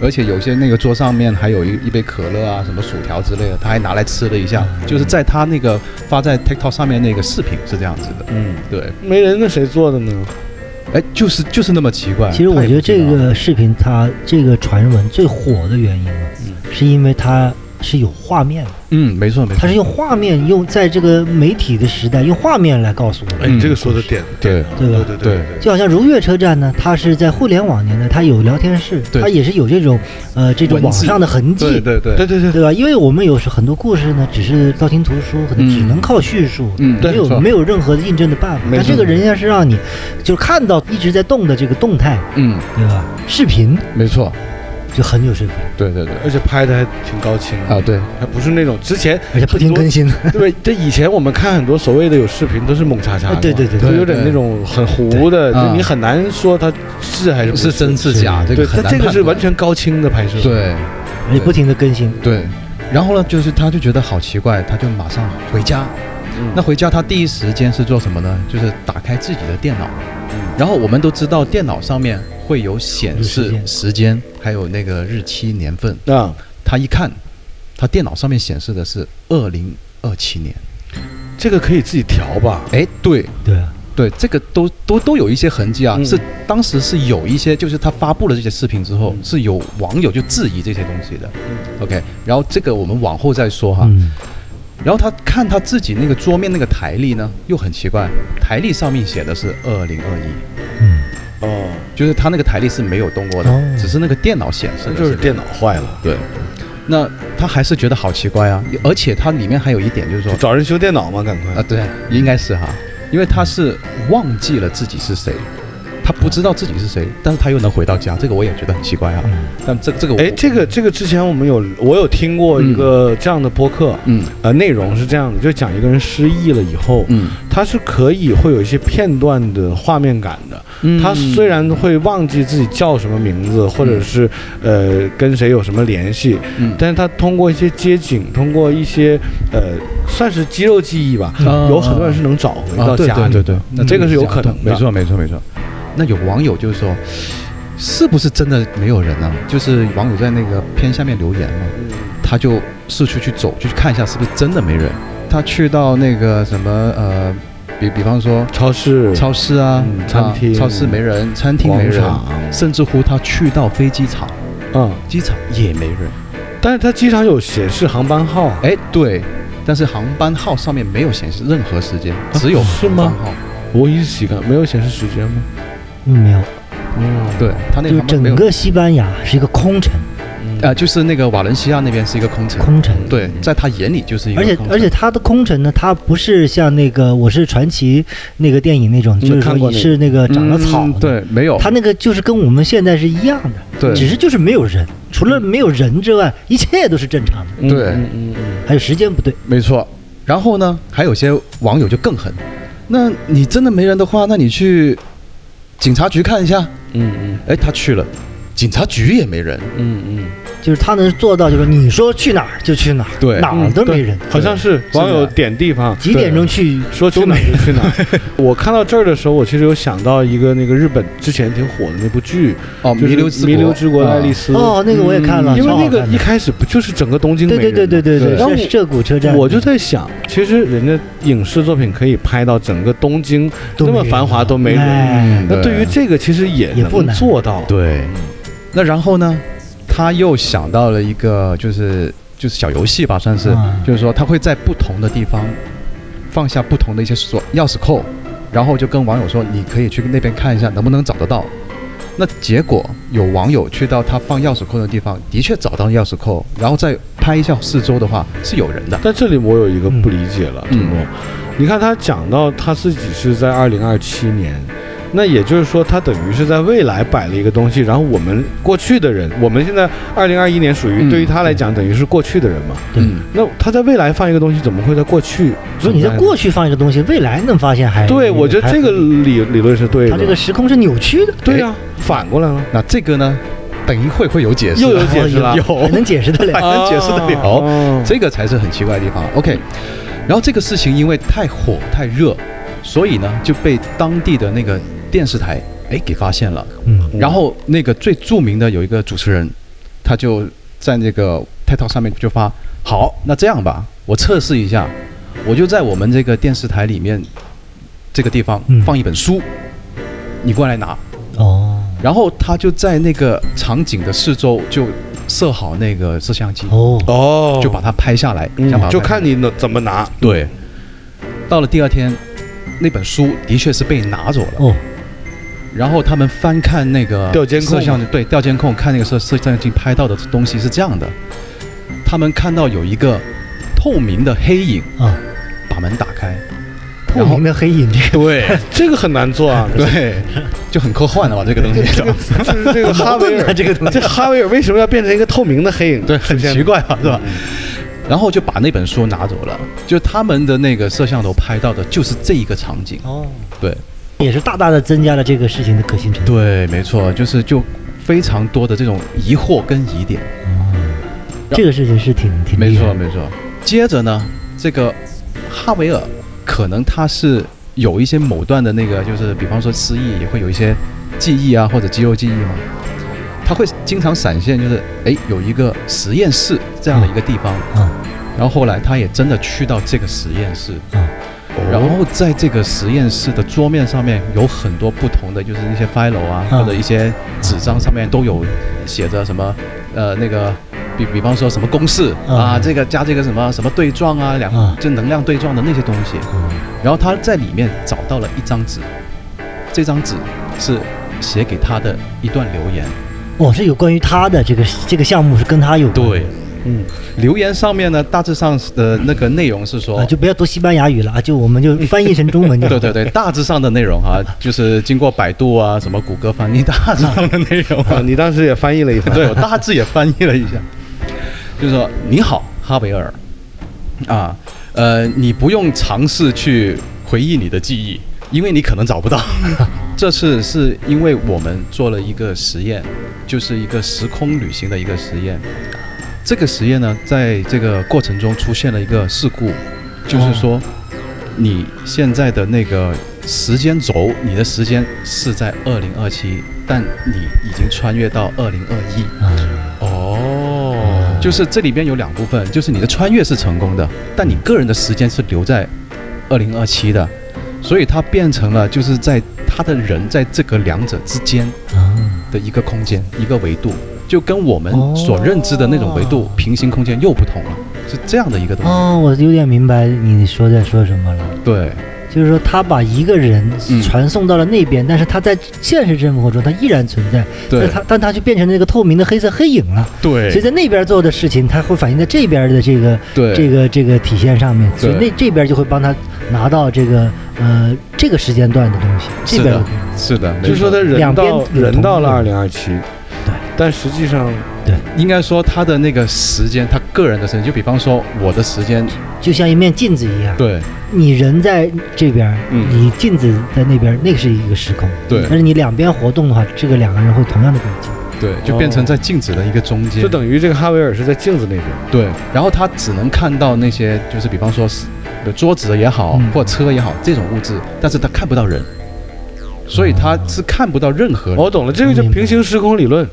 [SPEAKER 4] 而且有些那个桌上面还有一一杯可乐啊，什么薯条之类的，他还拿来吃了一下。就是在他那个发在 TikTok 上面那个视频是这样子的，
[SPEAKER 3] 嗯，
[SPEAKER 4] 对。
[SPEAKER 3] 没人那谁做的呢？
[SPEAKER 4] 哎，就是就是那么奇怪。
[SPEAKER 1] 其实我
[SPEAKER 4] 他也
[SPEAKER 1] 觉
[SPEAKER 4] 哎
[SPEAKER 1] 得这
[SPEAKER 4] 不知道
[SPEAKER 1] 个视频它这个传闻最火的原因啊，是因为它是有画面的，
[SPEAKER 4] 嗯，没错没错，
[SPEAKER 1] 它是用画面用在这个媒体的时代用画面来告诉我
[SPEAKER 3] 哎，
[SPEAKER 1] 们，
[SPEAKER 3] 你这个说的点，
[SPEAKER 4] 对
[SPEAKER 1] 对吧？
[SPEAKER 3] 对
[SPEAKER 4] 对
[SPEAKER 3] 对，
[SPEAKER 1] 就好像如月车站呢，它是在互联网年代，它有聊天室，
[SPEAKER 4] 对
[SPEAKER 1] 它也是有这种呃这种
[SPEAKER 4] 文
[SPEAKER 1] 网
[SPEAKER 4] 字
[SPEAKER 1] 上的痕迹，
[SPEAKER 4] 对对对
[SPEAKER 3] 对对对，
[SPEAKER 1] 对吧？因为我们有时很多故事呢，只是道听途说，可能只
[SPEAKER 4] 嗯
[SPEAKER 1] 能靠叙述，
[SPEAKER 4] 嗯对
[SPEAKER 1] 没
[SPEAKER 4] 没
[SPEAKER 1] 有
[SPEAKER 4] 错
[SPEAKER 1] 没有任何印证的办法。
[SPEAKER 3] 没
[SPEAKER 1] 但
[SPEAKER 3] 错
[SPEAKER 1] 这个人家是让你就看到一直在动的这个动态，
[SPEAKER 4] 嗯，
[SPEAKER 1] 对吧？视频
[SPEAKER 4] 没错，
[SPEAKER 1] 就很有说服力，
[SPEAKER 4] 对对对
[SPEAKER 3] 而且拍的还挺高清的
[SPEAKER 4] 啊，对，
[SPEAKER 3] 还不是那种之前
[SPEAKER 1] 而且不停更新。
[SPEAKER 3] 对，这以前我们看很多所谓的有视频都是蒙查查的嘛，
[SPEAKER 1] 对对对
[SPEAKER 3] 就
[SPEAKER 4] 对
[SPEAKER 3] 有点那种很糊的，
[SPEAKER 4] 对
[SPEAKER 3] 就
[SPEAKER 4] 嗯
[SPEAKER 3] 你很难说它是还是不
[SPEAKER 4] 是真是假，这
[SPEAKER 3] 对，
[SPEAKER 4] 个很
[SPEAKER 3] 它
[SPEAKER 4] 难
[SPEAKER 3] 这个
[SPEAKER 4] 判
[SPEAKER 3] 是
[SPEAKER 4] 断
[SPEAKER 3] 完全高清的拍摄，，
[SPEAKER 4] 对
[SPEAKER 1] 而且不停的更新，
[SPEAKER 4] 对。然后呢，就是他就觉得好奇怪，他就马上回家。那回家他第一时间是做什么呢？就是打开自己的电脑，然后我们都知道电脑上面会有显
[SPEAKER 1] 有时
[SPEAKER 4] 示
[SPEAKER 1] 间
[SPEAKER 4] 时间，还有那个日期年份。
[SPEAKER 3] 啊，
[SPEAKER 4] 他一看，他电脑上面显示的是二零二七年。
[SPEAKER 3] 这个可以自己调吧，
[SPEAKER 4] 哎，对
[SPEAKER 1] 对啊，
[SPEAKER 4] 对，这个都都都有一些痕迹啊，
[SPEAKER 3] 嗯
[SPEAKER 4] 是当时是有一些，就是他发布了这些视频之后，
[SPEAKER 3] 嗯
[SPEAKER 4] 是有网友就质疑这些东西的。OK，然后这个我们往后再说哈。
[SPEAKER 1] 嗯，
[SPEAKER 4] 然后他看他自己那个桌面那个台历呢，又很奇怪，台历上面写的是二零二一，
[SPEAKER 1] 嗯
[SPEAKER 3] 哦，
[SPEAKER 4] 就是他那个台历是没有动过的，
[SPEAKER 1] 哦
[SPEAKER 4] 只是那个电脑显示
[SPEAKER 3] 那
[SPEAKER 4] 的
[SPEAKER 3] 就是
[SPEAKER 4] 这个
[SPEAKER 3] 电脑坏了，
[SPEAKER 4] 对。那他还是觉
[SPEAKER 3] 嗯
[SPEAKER 4] 得好奇怪啊，而且它里面还有一点就是说
[SPEAKER 3] 就找人修电脑嘛，赶快
[SPEAKER 4] 啊，对，应该是哈。因为他是忘记了自己是谁，他不知道自己是谁，但是他又能回到家，这个我也觉得很奇怪啊。但这这个我
[SPEAKER 3] 哎，嗯这个这个之前我们有我有听过一个这样的播客，
[SPEAKER 4] 嗯
[SPEAKER 3] 呃，内容是这样的，就讲一个人失忆了以后，
[SPEAKER 4] 嗯，
[SPEAKER 3] 他是可以会有一些片段的画面感的。他虽然会忘记自己叫什么名字，或者是呃跟谁有什么联系，
[SPEAKER 4] 嗯
[SPEAKER 3] 但是他通过一些街景，通过一些呃算是肌肉记忆吧，
[SPEAKER 4] 嗯
[SPEAKER 3] 有很多人是能找回
[SPEAKER 4] 啊
[SPEAKER 3] 到
[SPEAKER 4] 对
[SPEAKER 3] 家
[SPEAKER 4] 对
[SPEAKER 3] 里
[SPEAKER 4] 对
[SPEAKER 3] 的。
[SPEAKER 4] 对，
[SPEAKER 3] 那这个是有可能的
[SPEAKER 4] 没错没错没错。那有网友就是说，是不是真的没有人啊？就是网友在那个片下面留言嘛，他就四处去走，就去看一下是不是真的没人。他去到那个什么呃，比比方说
[SPEAKER 3] 超市、
[SPEAKER 4] 超市啊、
[SPEAKER 3] 嗯餐厅
[SPEAKER 4] 啊超市没人，餐厅没
[SPEAKER 3] 广
[SPEAKER 4] 人，
[SPEAKER 3] 场，
[SPEAKER 4] 甚至乎他去到飞机场，
[SPEAKER 3] 嗯，
[SPEAKER 4] 机场也没人。
[SPEAKER 3] 但是他机场有显示航班号啊，
[SPEAKER 4] 哎，对，但是航班号上面没有显示任何时间，只有
[SPEAKER 3] 是
[SPEAKER 4] 航
[SPEAKER 3] 吗
[SPEAKER 4] 班号。
[SPEAKER 3] 我一直洗干，没有显示时间吗？
[SPEAKER 1] 嗯，没有，
[SPEAKER 3] 哦，
[SPEAKER 4] 对他那
[SPEAKER 1] 就
[SPEAKER 4] 个
[SPEAKER 1] 是
[SPEAKER 4] 航班没有
[SPEAKER 1] 整个西班牙是一个空城，
[SPEAKER 3] 嗯
[SPEAKER 4] 啊，就是那个瓦伦西亚那边是一个空城，
[SPEAKER 1] 空城。
[SPEAKER 4] 对，在他眼里就是一个
[SPEAKER 1] 而且
[SPEAKER 4] 空城，
[SPEAKER 1] 而且它的空城呢，它不是像那个《我是传奇》那个电影那种，就是
[SPEAKER 3] 看
[SPEAKER 1] 说
[SPEAKER 3] 过
[SPEAKER 1] 你
[SPEAKER 3] 那
[SPEAKER 1] 是那个长了草
[SPEAKER 4] 嗯
[SPEAKER 1] 的，
[SPEAKER 4] 对，没有，
[SPEAKER 1] 它那个就是跟我们现在是一样的，
[SPEAKER 4] 对
[SPEAKER 1] 只是就是没有人，除了没有人之外，一切都是正常的，
[SPEAKER 4] 对
[SPEAKER 3] 嗯嗯嗯
[SPEAKER 1] 还有时间不对，
[SPEAKER 4] 没错。然后呢，还有些网友就更狠，那你真的没人的话，那你去警察局看一下。
[SPEAKER 3] 嗯嗯
[SPEAKER 4] 哎，他去了，警察局也没人，
[SPEAKER 3] 嗯嗯
[SPEAKER 1] 就是他能做到，就是你说去哪儿就去哪儿，
[SPEAKER 4] 对
[SPEAKER 1] 哪儿
[SPEAKER 3] 嗯，
[SPEAKER 1] 都没
[SPEAKER 3] 对
[SPEAKER 1] 人，
[SPEAKER 3] 好像是
[SPEAKER 4] 是
[SPEAKER 3] 网友
[SPEAKER 4] 的
[SPEAKER 3] 点地方，
[SPEAKER 1] 几点钟去
[SPEAKER 3] 说去
[SPEAKER 1] 都
[SPEAKER 3] 哪
[SPEAKER 1] 没
[SPEAKER 3] 儿
[SPEAKER 1] 人
[SPEAKER 3] 就去哪儿。 [LAUGHS] 我看到这儿的时候，我其实有想到一个那个日本之前挺火的那部剧，
[SPEAKER 4] 哦，
[SPEAKER 3] 就是
[SPEAKER 4] 弥留之
[SPEAKER 3] 弥留之国的
[SPEAKER 4] 啊
[SPEAKER 3] 爱丽丝》。嗯
[SPEAKER 1] 哦，那个我也看了，
[SPEAKER 3] 因为
[SPEAKER 1] 超好
[SPEAKER 3] 那个
[SPEAKER 1] 看的
[SPEAKER 3] 一开始不就是整个东京没
[SPEAKER 1] 对
[SPEAKER 3] 人
[SPEAKER 1] 对
[SPEAKER 3] 吗
[SPEAKER 1] 对对对
[SPEAKER 4] 对
[SPEAKER 3] 然后
[SPEAKER 1] 对，是
[SPEAKER 3] 我
[SPEAKER 1] 涩谷车站，
[SPEAKER 3] 我就在想，其实人家影视作品可以拍到整个东京
[SPEAKER 1] 都
[SPEAKER 3] 那
[SPEAKER 1] 没
[SPEAKER 3] 么
[SPEAKER 1] 人
[SPEAKER 3] 繁华都没人，
[SPEAKER 1] 哎
[SPEAKER 3] 那对于这个其实也
[SPEAKER 1] 也不
[SPEAKER 3] 能
[SPEAKER 1] 难
[SPEAKER 3] 做到。
[SPEAKER 4] 对，
[SPEAKER 1] 嗯
[SPEAKER 4] 那然后呢，他又想到了一个，就是就是小游戏吧，算是，
[SPEAKER 1] 嗯
[SPEAKER 4] 就是说他会在不同的地方放下不同的一些锁钥匙扣，然后就跟网友说，你可以去那边看一下能不能找得到。那结果有网友去到他放钥匙扣的地方，的确找到钥匙扣，然后再拍一下四周的话，是有人的。
[SPEAKER 3] 但这里我有一个不理解了，
[SPEAKER 4] 嗯
[SPEAKER 3] 陈总，你看他讲到他自己是在二零二七年，那也就是说他等于是在未来摆了一个东西，然后我们过去的人，我们现在二零二一年属于
[SPEAKER 4] 嗯
[SPEAKER 3] 对于他来讲等于是过去的人嘛，
[SPEAKER 1] 对
[SPEAKER 4] 嗯，
[SPEAKER 3] 那他在未来放一个东西，怎么会在过去
[SPEAKER 1] 不
[SPEAKER 3] 存
[SPEAKER 1] 是
[SPEAKER 3] 在呢？
[SPEAKER 1] 你在过去放一个东西，未来能发现还
[SPEAKER 3] 对，我觉得这个
[SPEAKER 1] 还
[SPEAKER 3] 理理论是对的，
[SPEAKER 1] 它这个时空是扭曲的，
[SPEAKER 3] 对呀、啊反过来了，
[SPEAKER 4] 那这个呢，等一会会有解释的，
[SPEAKER 3] 又有解释了
[SPEAKER 4] 有
[SPEAKER 1] 还能解释得了。
[SPEAKER 4] 能解释得了
[SPEAKER 3] 哦
[SPEAKER 4] 这个才是很奇怪的地方。OK，然后这个事情因为太火太热，所以呢就被当地的那个电视台哎给发现了。
[SPEAKER 1] 嗯，
[SPEAKER 4] 然后那个最著名的有一个主持人，他就在那个 TikTok 上面就发：好，那这样吧，我测试一下，我就在我们这个电视台里面这个地方
[SPEAKER 1] 嗯
[SPEAKER 4] 放一本书，你过来拿。
[SPEAKER 1] 哦
[SPEAKER 4] 然后他就在那个场景的四周就设好那个摄像机，
[SPEAKER 1] 哦，
[SPEAKER 3] 哦
[SPEAKER 4] 就把它拍下来，
[SPEAKER 3] 嗯
[SPEAKER 4] 想把它
[SPEAKER 3] 就
[SPEAKER 4] 拍下来
[SPEAKER 3] 看你能怎么拿，
[SPEAKER 4] 对，到了第二天，那本书的确是被拿走了。
[SPEAKER 1] 哦，
[SPEAKER 4] 然后他们翻看那个
[SPEAKER 3] 调监控
[SPEAKER 4] 摄像，对调监控看那个摄摄像机拍到的东西是这样的，他们看到有一个透明的黑影
[SPEAKER 1] 啊，
[SPEAKER 4] 把门打开，
[SPEAKER 1] 透明的黑影这个
[SPEAKER 4] 对。
[SPEAKER 3] [LAUGHS] 这个很难做啊
[SPEAKER 4] [LAUGHS] 对，就很科幻的嘛，这
[SPEAKER 3] [LAUGHS]
[SPEAKER 4] 个东西，
[SPEAKER 3] 就是这个哈
[SPEAKER 1] 矛
[SPEAKER 3] 维
[SPEAKER 1] 盾啊
[SPEAKER 3] 尔，
[SPEAKER 1] 这个东西
[SPEAKER 3] [LAUGHS] 这哈维尔为什么要变成一个透明的黑影？
[SPEAKER 4] 对，很
[SPEAKER 3] 出现嗯
[SPEAKER 4] 奇怪啊，是吧？然后就把那本书拿走了，就他们的那个摄像头拍到的就是这一个场景，
[SPEAKER 1] 哦，
[SPEAKER 4] 对。
[SPEAKER 1] 也是大大的增加了这个事情的可信程度。
[SPEAKER 4] 对，没错，就是就非常多的这种疑惑跟疑点。
[SPEAKER 1] 嗯这个事情是挺挺
[SPEAKER 4] 没
[SPEAKER 1] 厉
[SPEAKER 4] 错，
[SPEAKER 1] 害的
[SPEAKER 4] 没错。接着呢，这个哈维尔可能他是有一些某段的那个，就是比方说失忆也会有一些记忆啊，或者肌肉记忆嘛。他会经常闪现，就是哎，有一个实验室这样的一个地方，
[SPEAKER 1] 啊
[SPEAKER 4] 然后后来他也真的去到这个实验室，
[SPEAKER 1] 啊，
[SPEAKER 4] 然后在这个实验室的桌面上面有很多不同的，就是那些 file 啊，
[SPEAKER 1] 啊
[SPEAKER 4] 或者一些纸张上面都有写着什么，呃，那个比比方说什么公式
[SPEAKER 1] 啊
[SPEAKER 4] 啊，这个加这个什么什么对撞啊，两
[SPEAKER 1] 啊
[SPEAKER 4] 就能量对撞的那些东西。
[SPEAKER 1] 嗯
[SPEAKER 4] 然后他在里面找到了一张纸，这张纸是写给他的一段留言。
[SPEAKER 1] 哦，是有关于他的这个这个项目是跟他有关。，
[SPEAKER 2] 嗯，
[SPEAKER 4] 留言上面呢，大致上的那个内容是说，
[SPEAKER 1] 啊，就不要读西班牙语了啊，就我们就翻译成中 [LAUGHS] 文就好。
[SPEAKER 4] 对对对，大致上的内容哈、就是经过百度啊、什么谷歌翻译，大致上的内容啊
[SPEAKER 3] [LAUGHS] 啊，你当时也翻译了一番，
[SPEAKER 4] 对，我大致也翻译了一下，就是说你好，哈维尔，啊，呃，你不用尝试去回忆你的记忆，因为你可能找不到。 [LAUGHS] 这次是因为我们做了一个实验，就是一个时空旅行的一个实验。这个实验呢，在这个过程中出现了一个事故，就是说，你现在的那个时间轴，你的时间是在二零二七，但你已经穿越到二零二一。
[SPEAKER 1] 啊
[SPEAKER 4] 哦，就是这里边有两部分，就是你的穿越是成功的，但你个人的时间是留在二零二七的，所以它变成了就是在他的人在这个两者之间
[SPEAKER 1] 啊，
[SPEAKER 4] 的一个空间一个维度，就跟我们所认知的那种维度、
[SPEAKER 1] 哦
[SPEAKER 4] 平行空间又不同了，是这样的一个东西。
[SPEAKER 1] 哦，我有点明白你说在说什么了，
[SPEAKER 4] 对，
[SPEAKER 1] 就是说他把一个人
[SPEAKER 4] 嗯
[SPEAKER 1] 传送到了那边，但是他在现实生活中他依然存在，
[SPEAKER 4] 对
[SPEAKER 1] 但他但他就变成那个透明的黑色黑影了。所以
[SPEAKER 4] 对，
[SPEAKER 1] 在那边做的事情，他会反映在这边的这个
[SPEAKER 4] 对
[SPEAKER 1] 这个这个体现上面，所以
[SPEAKER 4] 对
[SPEAKER 1] 那这边就会帮他拿到这个呃这个时间段的东西，这
[SPEAKER 4] 是
[SPEAKER 1] 边
[SPEAKER 4] 的，是的，
[SPEAKER 3] 就说他人
[SPEAKER 1] 两边
[SPEAKER 3] 到
[SPEAKER 1] 有
[SPEAKER 3] 人到
[SPEAKER 1] 同
[SPEAKER 3] 了
[SPEAKER 1] 步
[SPEAKER 3] 二零二七，
[SPEAKER 1] 对，
[SPEAKER 3] 但实际上
[SPEAKER 4] 应该说他的那个时间，他个人的时间，就比方说我的时间，
[SPEAKER 1] 就像一面镜子一样，
[SPEAKER 4] 对
[SPEAKER 1] 你人在这边，
[SPEAKER 4] 嗯
[SPEAKER 1] 你镜子在那边，那个是一个时空，
[SPEAKER 4] 对
[SPEAKER 1] 但是你两边活动的话，这个两个人会同样的轨迹，
[SPEAKER 4] 对，就变成在静止的一个中间，
[SPEAKER 3] 就等于这个哈维尔是在镜子那边，
[SPEAKER 4] 对，然后他只能看到那些，就是比方说是呃桌子也好，
[SPEAKER 1] 嗯
[SPEAKER 4] 或车也好，这种物质，但是他看不到人，所以他是看不到任何人。
[SPEAKER 3] 哦我懂了，这个叫
[SPEAKER 1] 明白
[SPEAKER 3] 平行时空理论。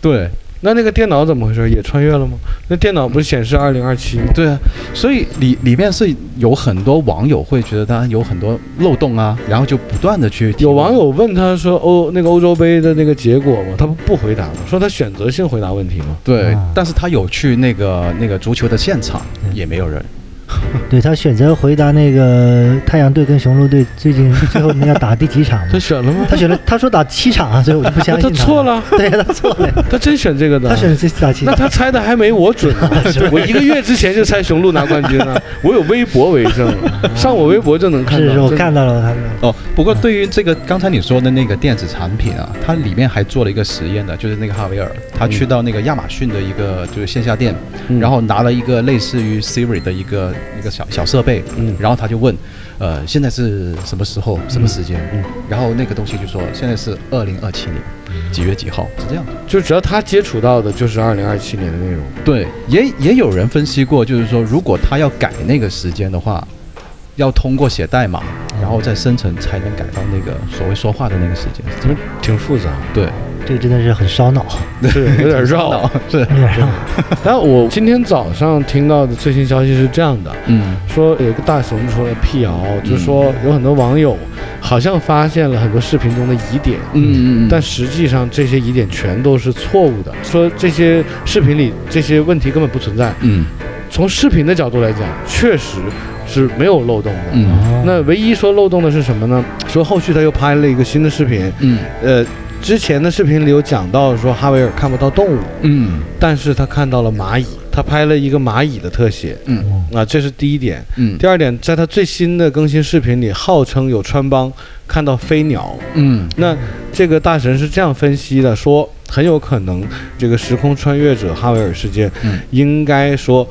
[SPEAKER 4] 对
[SPEAKER 3] 那那个电脑怎么回事？也穿越了吗？那电脑不是显示二零二七吗？
[SPEAKER 4] 对啊，所以里里面是有很多网友会觉得他有很多漏洞啊，然后就不断的去提
[SPEAKER 3] 有
[SPEAKER 4] 问
[SPEAKER 3] 网友问他说欧那个欧洲杯的那个结果吗？他不不回答吗？说他选择性回答问题吗？
[SPEAKER 4] 对
[SPEAKER 1] 啊，
[SPEAKER 4] 但是他有去那个那个足球的现场，
[SPEAKER 1] 嗯
[SPEAKER 4] 也没有人。
[SPEAKER 1] 对他选择回答那个太阳队跟雄鹿队最近最后你要打第几场嘛
[SPEAKER 3] [LAUGHS] 他选了吗？
[SPEAKER 1] 他选了，他说打七场啊，所以我就不相
[SPEAKER 3] 他
[SPEAKER 1] 信
[SPEAKER 3] 错
[SPEAKER 1] 了，
[SPEAKER 3] 了，
[SPEAKER 1] [LAUGHS] 对他错了，
[SPEAKER 3] 他真选这个的。
[SPEAKER 1] 他选的是打七
[SPEAKER 3] 那
[SPEAKER 1] 场。
[SPEAKER 3] 他猜的还没我准呢，我一个月之前就猜雄鹿拿冠军了，我有微博为证，上我微博就能看到。
[SPEAKER 1] 是是，我
[SPEAKER 3] 真的
[SPEAKER 1] 看到了，我看到了。
[SPEAKER 4] 哦，不过对于这个刚才你说的那个电子产品啊，它里面还做了一个实验的，就是那个哈维尔，他去到那个亚马逊的一个就是线下店，
[SPEAKER 3] 嗯
[SPEAKER 4] 然后拿了一个类似于 Siri 的一个一个小小设备，
[SPEAKER 3] 嗯
[SPEAKER 4] 然后他就问，呃，现在是什么时候，什么时间？嗯然后那个东西就说现在是二零二七年几月几号，是这样的。
[SPEAKER 3] 就只要他接触到的就是二零二七年的内容。
[SPEAKER 4] 对，也也有人分析过，就是说如果他要改那个时间的话。要通过写代码，然后再生成才能改到那个所谓说话的那个时间。
[SPEAKER 3] 怎么挺复杂？
[SPEAKER 4] 对，
[SPEAKER 1] 这个真的是很烧脑，
[SPEAKER 3] 对，有点绕。
[SPEAKER 4] [LAUGHS] 是，
[SPEAKER 1] 有点绕。
[SPEAKER 3] 但我今天早上听到的最新消息是这样的，
[SPEAKER 4] 嗯
[SPEAKER 3] 说有一个大神出来辟谣，就说有很多网友好像发现了很多视频中的疑点，
[SPEAKER 4] 嗯
[SPEAKER 3] 但实际上这些疑点全都是错误的。说这些视频里这些问题根本不存在。
[SPEAKER 4] 嗯
[SPEAKER 3] 从视频的角度来讲，确实是没有漏洞的。
[SPEAKER 4] 嗯
[SPEAKER 3] 那唯一说漏洞的是什么呢？说后续他又拍了一个新的视频，
[SPEAKER 4] 嗯
[SPEAKER 3] 呃，之前的视频里有讲到说哈维尔看不到动物，
[SPEAKER 4] 嗯
[SPEAKER 3] 但是他看到了蚂蚁，他拍了一个蚂蚁的特写
[SPEAKER 4] 嗯
[SPEAKER 3] 啊，这是第一点。
[SPEAKER 4] 嗯
[SPEAKER 3] 第二点，在他最新的更新视频里，号称有穿帮看到飞鸟。
[SPEAKER 4] 嗯
[SPEAKER 3] 那这个大神是这样分析的，说很有可能这个时空穿越者哈维尔事件
[SPEAKER 4] 嗯
[SPEAKER 3] 应该说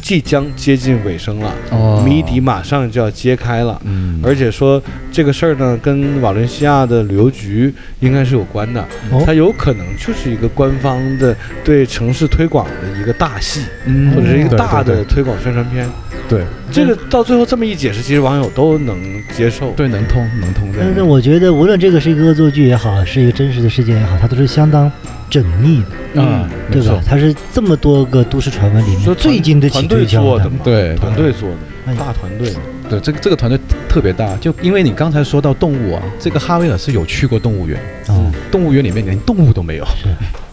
[SPEAKER 3] 即将接近尾声了，
[SPEAKER 4] 哦
[SPEAKER 3] 谜底马上就要揭开了。
[SPEAKER 4] 嗯
[SPEAKER 3] 而且说这个事儿呢，跟瓦伦西亚的旅游局应该是有关的，
[SPEAKER 1] 哦
[SPEAKER 3] 它有可能就是一个官方的对城市推广的一个大戏，
[SPEAKER 4] 嗯
[SPEAKER 3] 或者是一个
[SPEAKER 4] 对
[SPEAKER 3] 大
[SPEAKER 4] 对嗯
[SPEAKER 3] 的推广宣传片。
[SPEAKER 4] 对
[SPEAKER 3] 这个到最后这么一解释，其实网友都能接受。
[SPEAKER 4] 对能通能通
[SPEAKER 1] 但是
[SPEAKER 4] 的，
[SPEAKER 1] 我觉得，无论这个是一个恶作剧也好，是一个真实的事件也好，它都是相当缜密的，
[SPEAKER 4] 嗯
[SPEAKER 1] 对吧？？它是这么多个都市传闻里
[SPEAKER 3] 说
[SPEAKER 1] 面
[SPEAKER 3] 团
[SPEAKER 1] 最经得起
[SPEAKER 3] 团队
[SPEAKER 1] 推敲
[SPEAKER 3] 做的嘛，
[SPEAKER 4] 对
[SPEAKER 3] 团队做
[SPEAKER 1] 哎
[SPEAKER 3] 的，
[SPEAKER 1] 呀
[SPEAKER 3] 大团队。
[SPEAKER 4] 对，这个这个团队特别大，就因为你刚才说到动物啊，这个哈维尔是有去过动物园，
[SPEAKER 3] 嗯
[SPEAKER 1] 哦，
[SPEAKER 4] 动物园里面连动物都没有，
[SPEAKER 1] 是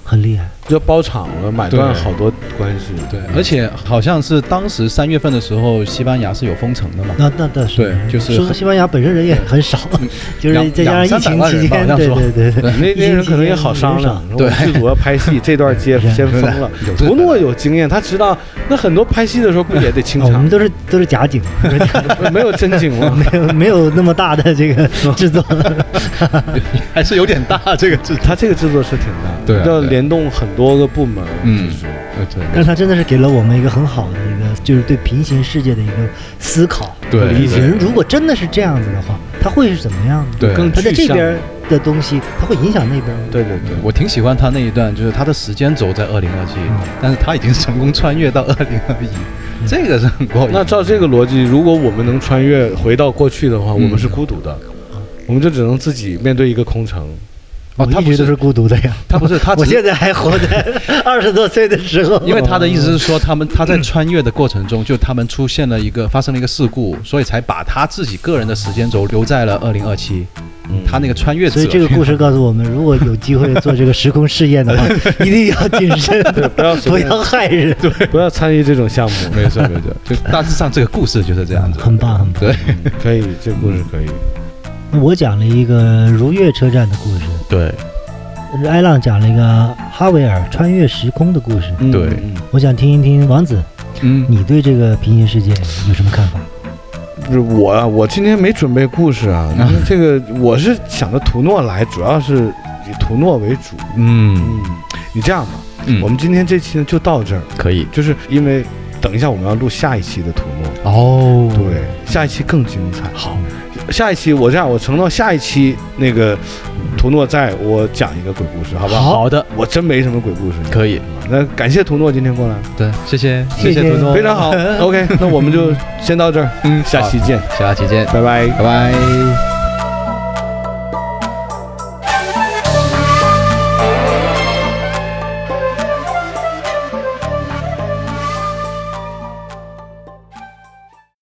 [SPEAKER 1] 很厉害。
[SPEAKER 3] 就包场了，买断
[SPEAKER 4] 对
[SPEAKER 3] 好多关系。嗯
[SPEAKER 4] 对，
[SPEAKER 1] 嗯
[SPEAKER 4] 而且好像是当时三月份的时候，西班牙是有封城的嘛。 [LAUGHS]
[SPEAKER 1] 那那倒是
[SPEAKER 4] 对就是嗯
[SPEAKER 1] 说西班牙本身人也很少，就是
[SPEAKER 4] 两
[SPEAKER 1] 再加上疫情
[SPEAKER 4] 两三百万
[SPEAKER 1] 期
[SPEAKER 4] 人吧
[SPEAKER 1] 间，
[SPEAKER 4] 好像
[SPEAKER 1] 对
[SPEAKER 4] 说
[SPEAKER 1] 对对对，
[SPEAKER 3] 那那 [LAUGHS] 人可能也好商量，
[SPEAKER 4] 对
[SPEAKER 3] 我们剧组要拍戏，这段 [LAUGHS] 接先封了。
[SPEAKER 4] 有这
[SPEAKER 3] 图诺啊有经验，他知道那很多拍戏的时候不也得清
[SPEAKER 1] 啊我
[SPEAKER 3] 场
[SPEAKER 1] 们，都是都是假景，
[SPEAKER 4] [LAUGHS]
[SPEAKER 3] [LAUGHS] 没有真景了。
[SPEAKER 1] 没有没有那么大的这个制作，
[SPEAKER 4] 还是有点大这个字。
[SPEAKER 3] 他这个制作是挺大的，
[SPEAKER 4] 对啊
[SPEAKER 3] 要
[SPEAKER 4] 对啊
[SPEAKER 3] 联动很多个部门，
[SPEAKER 4] 嗯
[SPEAKER 3] 就是
[SPEAKER 4] 呃
[SPEAKER 1] 但是他真的是给了我们一个很好的一个，就是对平行世界的一个思考。
[SPEAKER 4] 对
[SPEAKER 3] 理解
[SPEAKER 1] 人如果真的是这样子的话，他会是怎么样的？
[SPEAKER 4] 对
[SPEAKER 3] 更
[SPEAKER 1] 他在这
[SPEAKER 3] 具象
[SPEAKER 1] 边的东西，他会影响那边吗。
[SPEAKER 3] 对对
[SPEAKER 4] 对
[SPEAKER 3] 对，
[SPEAKER 4] 我挺喜欢他那一段，就是他的时间轴在二零二七
[SPEAKER 1] 嗯，
[SPEAKER 4] 但是他已经成功穿越到二零二一，这个是很过瘾。
[SPEAKER 3] 那照这个逻辑，如果我们能穿越回到过去的话，
[SPEAKER 4] 嗯
[SPEAKER 3] 我们是孤独的，我们就只能自己面对一个空城。
[SPEAKER 4] 哦，他
[SPEAKER 1] 我一
[SPEAKER 4] 不
[SPEAKER 1] 直都
[SPEAKER 4] 是
[SPEAKER 1] 是孤独的呀。
[SPEAKER 4] 他不是他
[SPEAKER 1] 我
[SPEAKER 4] 只是，
[SPEAKER 1] 现在还活
[SPEAKER 4] [LAUGHS]
[SPEAKER 1] 在二十多岁的时候，
[SPEAKER 4] 因为他的意思是说，他们他在穿越的过程中，就他们出现了一个发生了一个事故，所以才把他自己个人的时间轴留在了二零二七。
[SPEAKER 3] 嗯
[SPEAKER 4] 他那个穿越者，
[SPEAKER 1] 所以这个故事告诉我们，如果有机会做这个时空试验的话，一定要谨慎，
[SPEAKER 3] 不要随
[SPEAKER 1] 不
[SPEAKER 3] 便
[SPEAKER 1] 要害人。
[SPEAKER 3] [LAUGHS] 不要参与这种项目，
[SPEAKER 4] [LAUGHS] 没错没
[SPEAKER 3] [LAUGHS]
[SPEAKER 4] 错，就大致上这个故事就是这样子。
[SPEAKER 1] 很棒，很棒。
[SPEAKER 4] 对
[SPEAKER 3] 嗯可以，这故
[SPEAKER 4] 嗯
[SPEAKER 3] 事可以。
[SPEAKER 1] 我讲了一个如月车站的故事，
[SPEAKER 4] 对
[SPEAKER 1] 艾浪讲了一个哈维尔穿越时空的故事。
[SPEAKER 3] 嗯
[SPEAKER 4] 对
[SPEAKER 3] 嗯
[SPEAKER 1] 我想听一听王子，
[SPEAKER 4] 嗯，
[SPEAKER 1] 你对这个平行世界有什么看法？
[SPEAKER 3] 不是我啊，我今天没准备故事 [LAUGHS] 啊，因为这个我是想着图诺来，主要是以图诺为主。
[SPEAKER 4] 嗯
[SPEAKER 3] 嗯，你这样吧，
[SPEAKER 4] 嗯，
[SPEAKER 3] 我们今天这期呢就到这儿，
[SPEAKER 4] 可以
[SPEAKER 3] 就是因为等一下我们要录下一期的图诺，
[SPEAKER 4] 哦，
[SPEAKER 3] 对，下一期更精彩。嗯好，下一期我这样，我承诺下一期那个图诺在我讲一个鬼故事，好不好？
[SPEAKER 4] 好的，
[SPEAKER 3] 我真没什么鬼故事，
[SPEAKER 4] 可以，
[SPEAKER 3] 那感谢图诺今天过来，
[SPEAKER 4] 对，谢谢
[SPEAKER 1] 谢
[SPEAKER 4] 谢
[SPEAKER 1] 谢
[SPEAKER 4] 图诺，
[SPEAKER 3] 非常好。OK，那我们就先到这儿，
[SPEAKER 4] 嗯，
[SPEAKER 3] 下期见，
[SPEAKER 4] 下期见，
[SPEAKER 3] 拜拜。
[SPEAKER 4] 拜拜。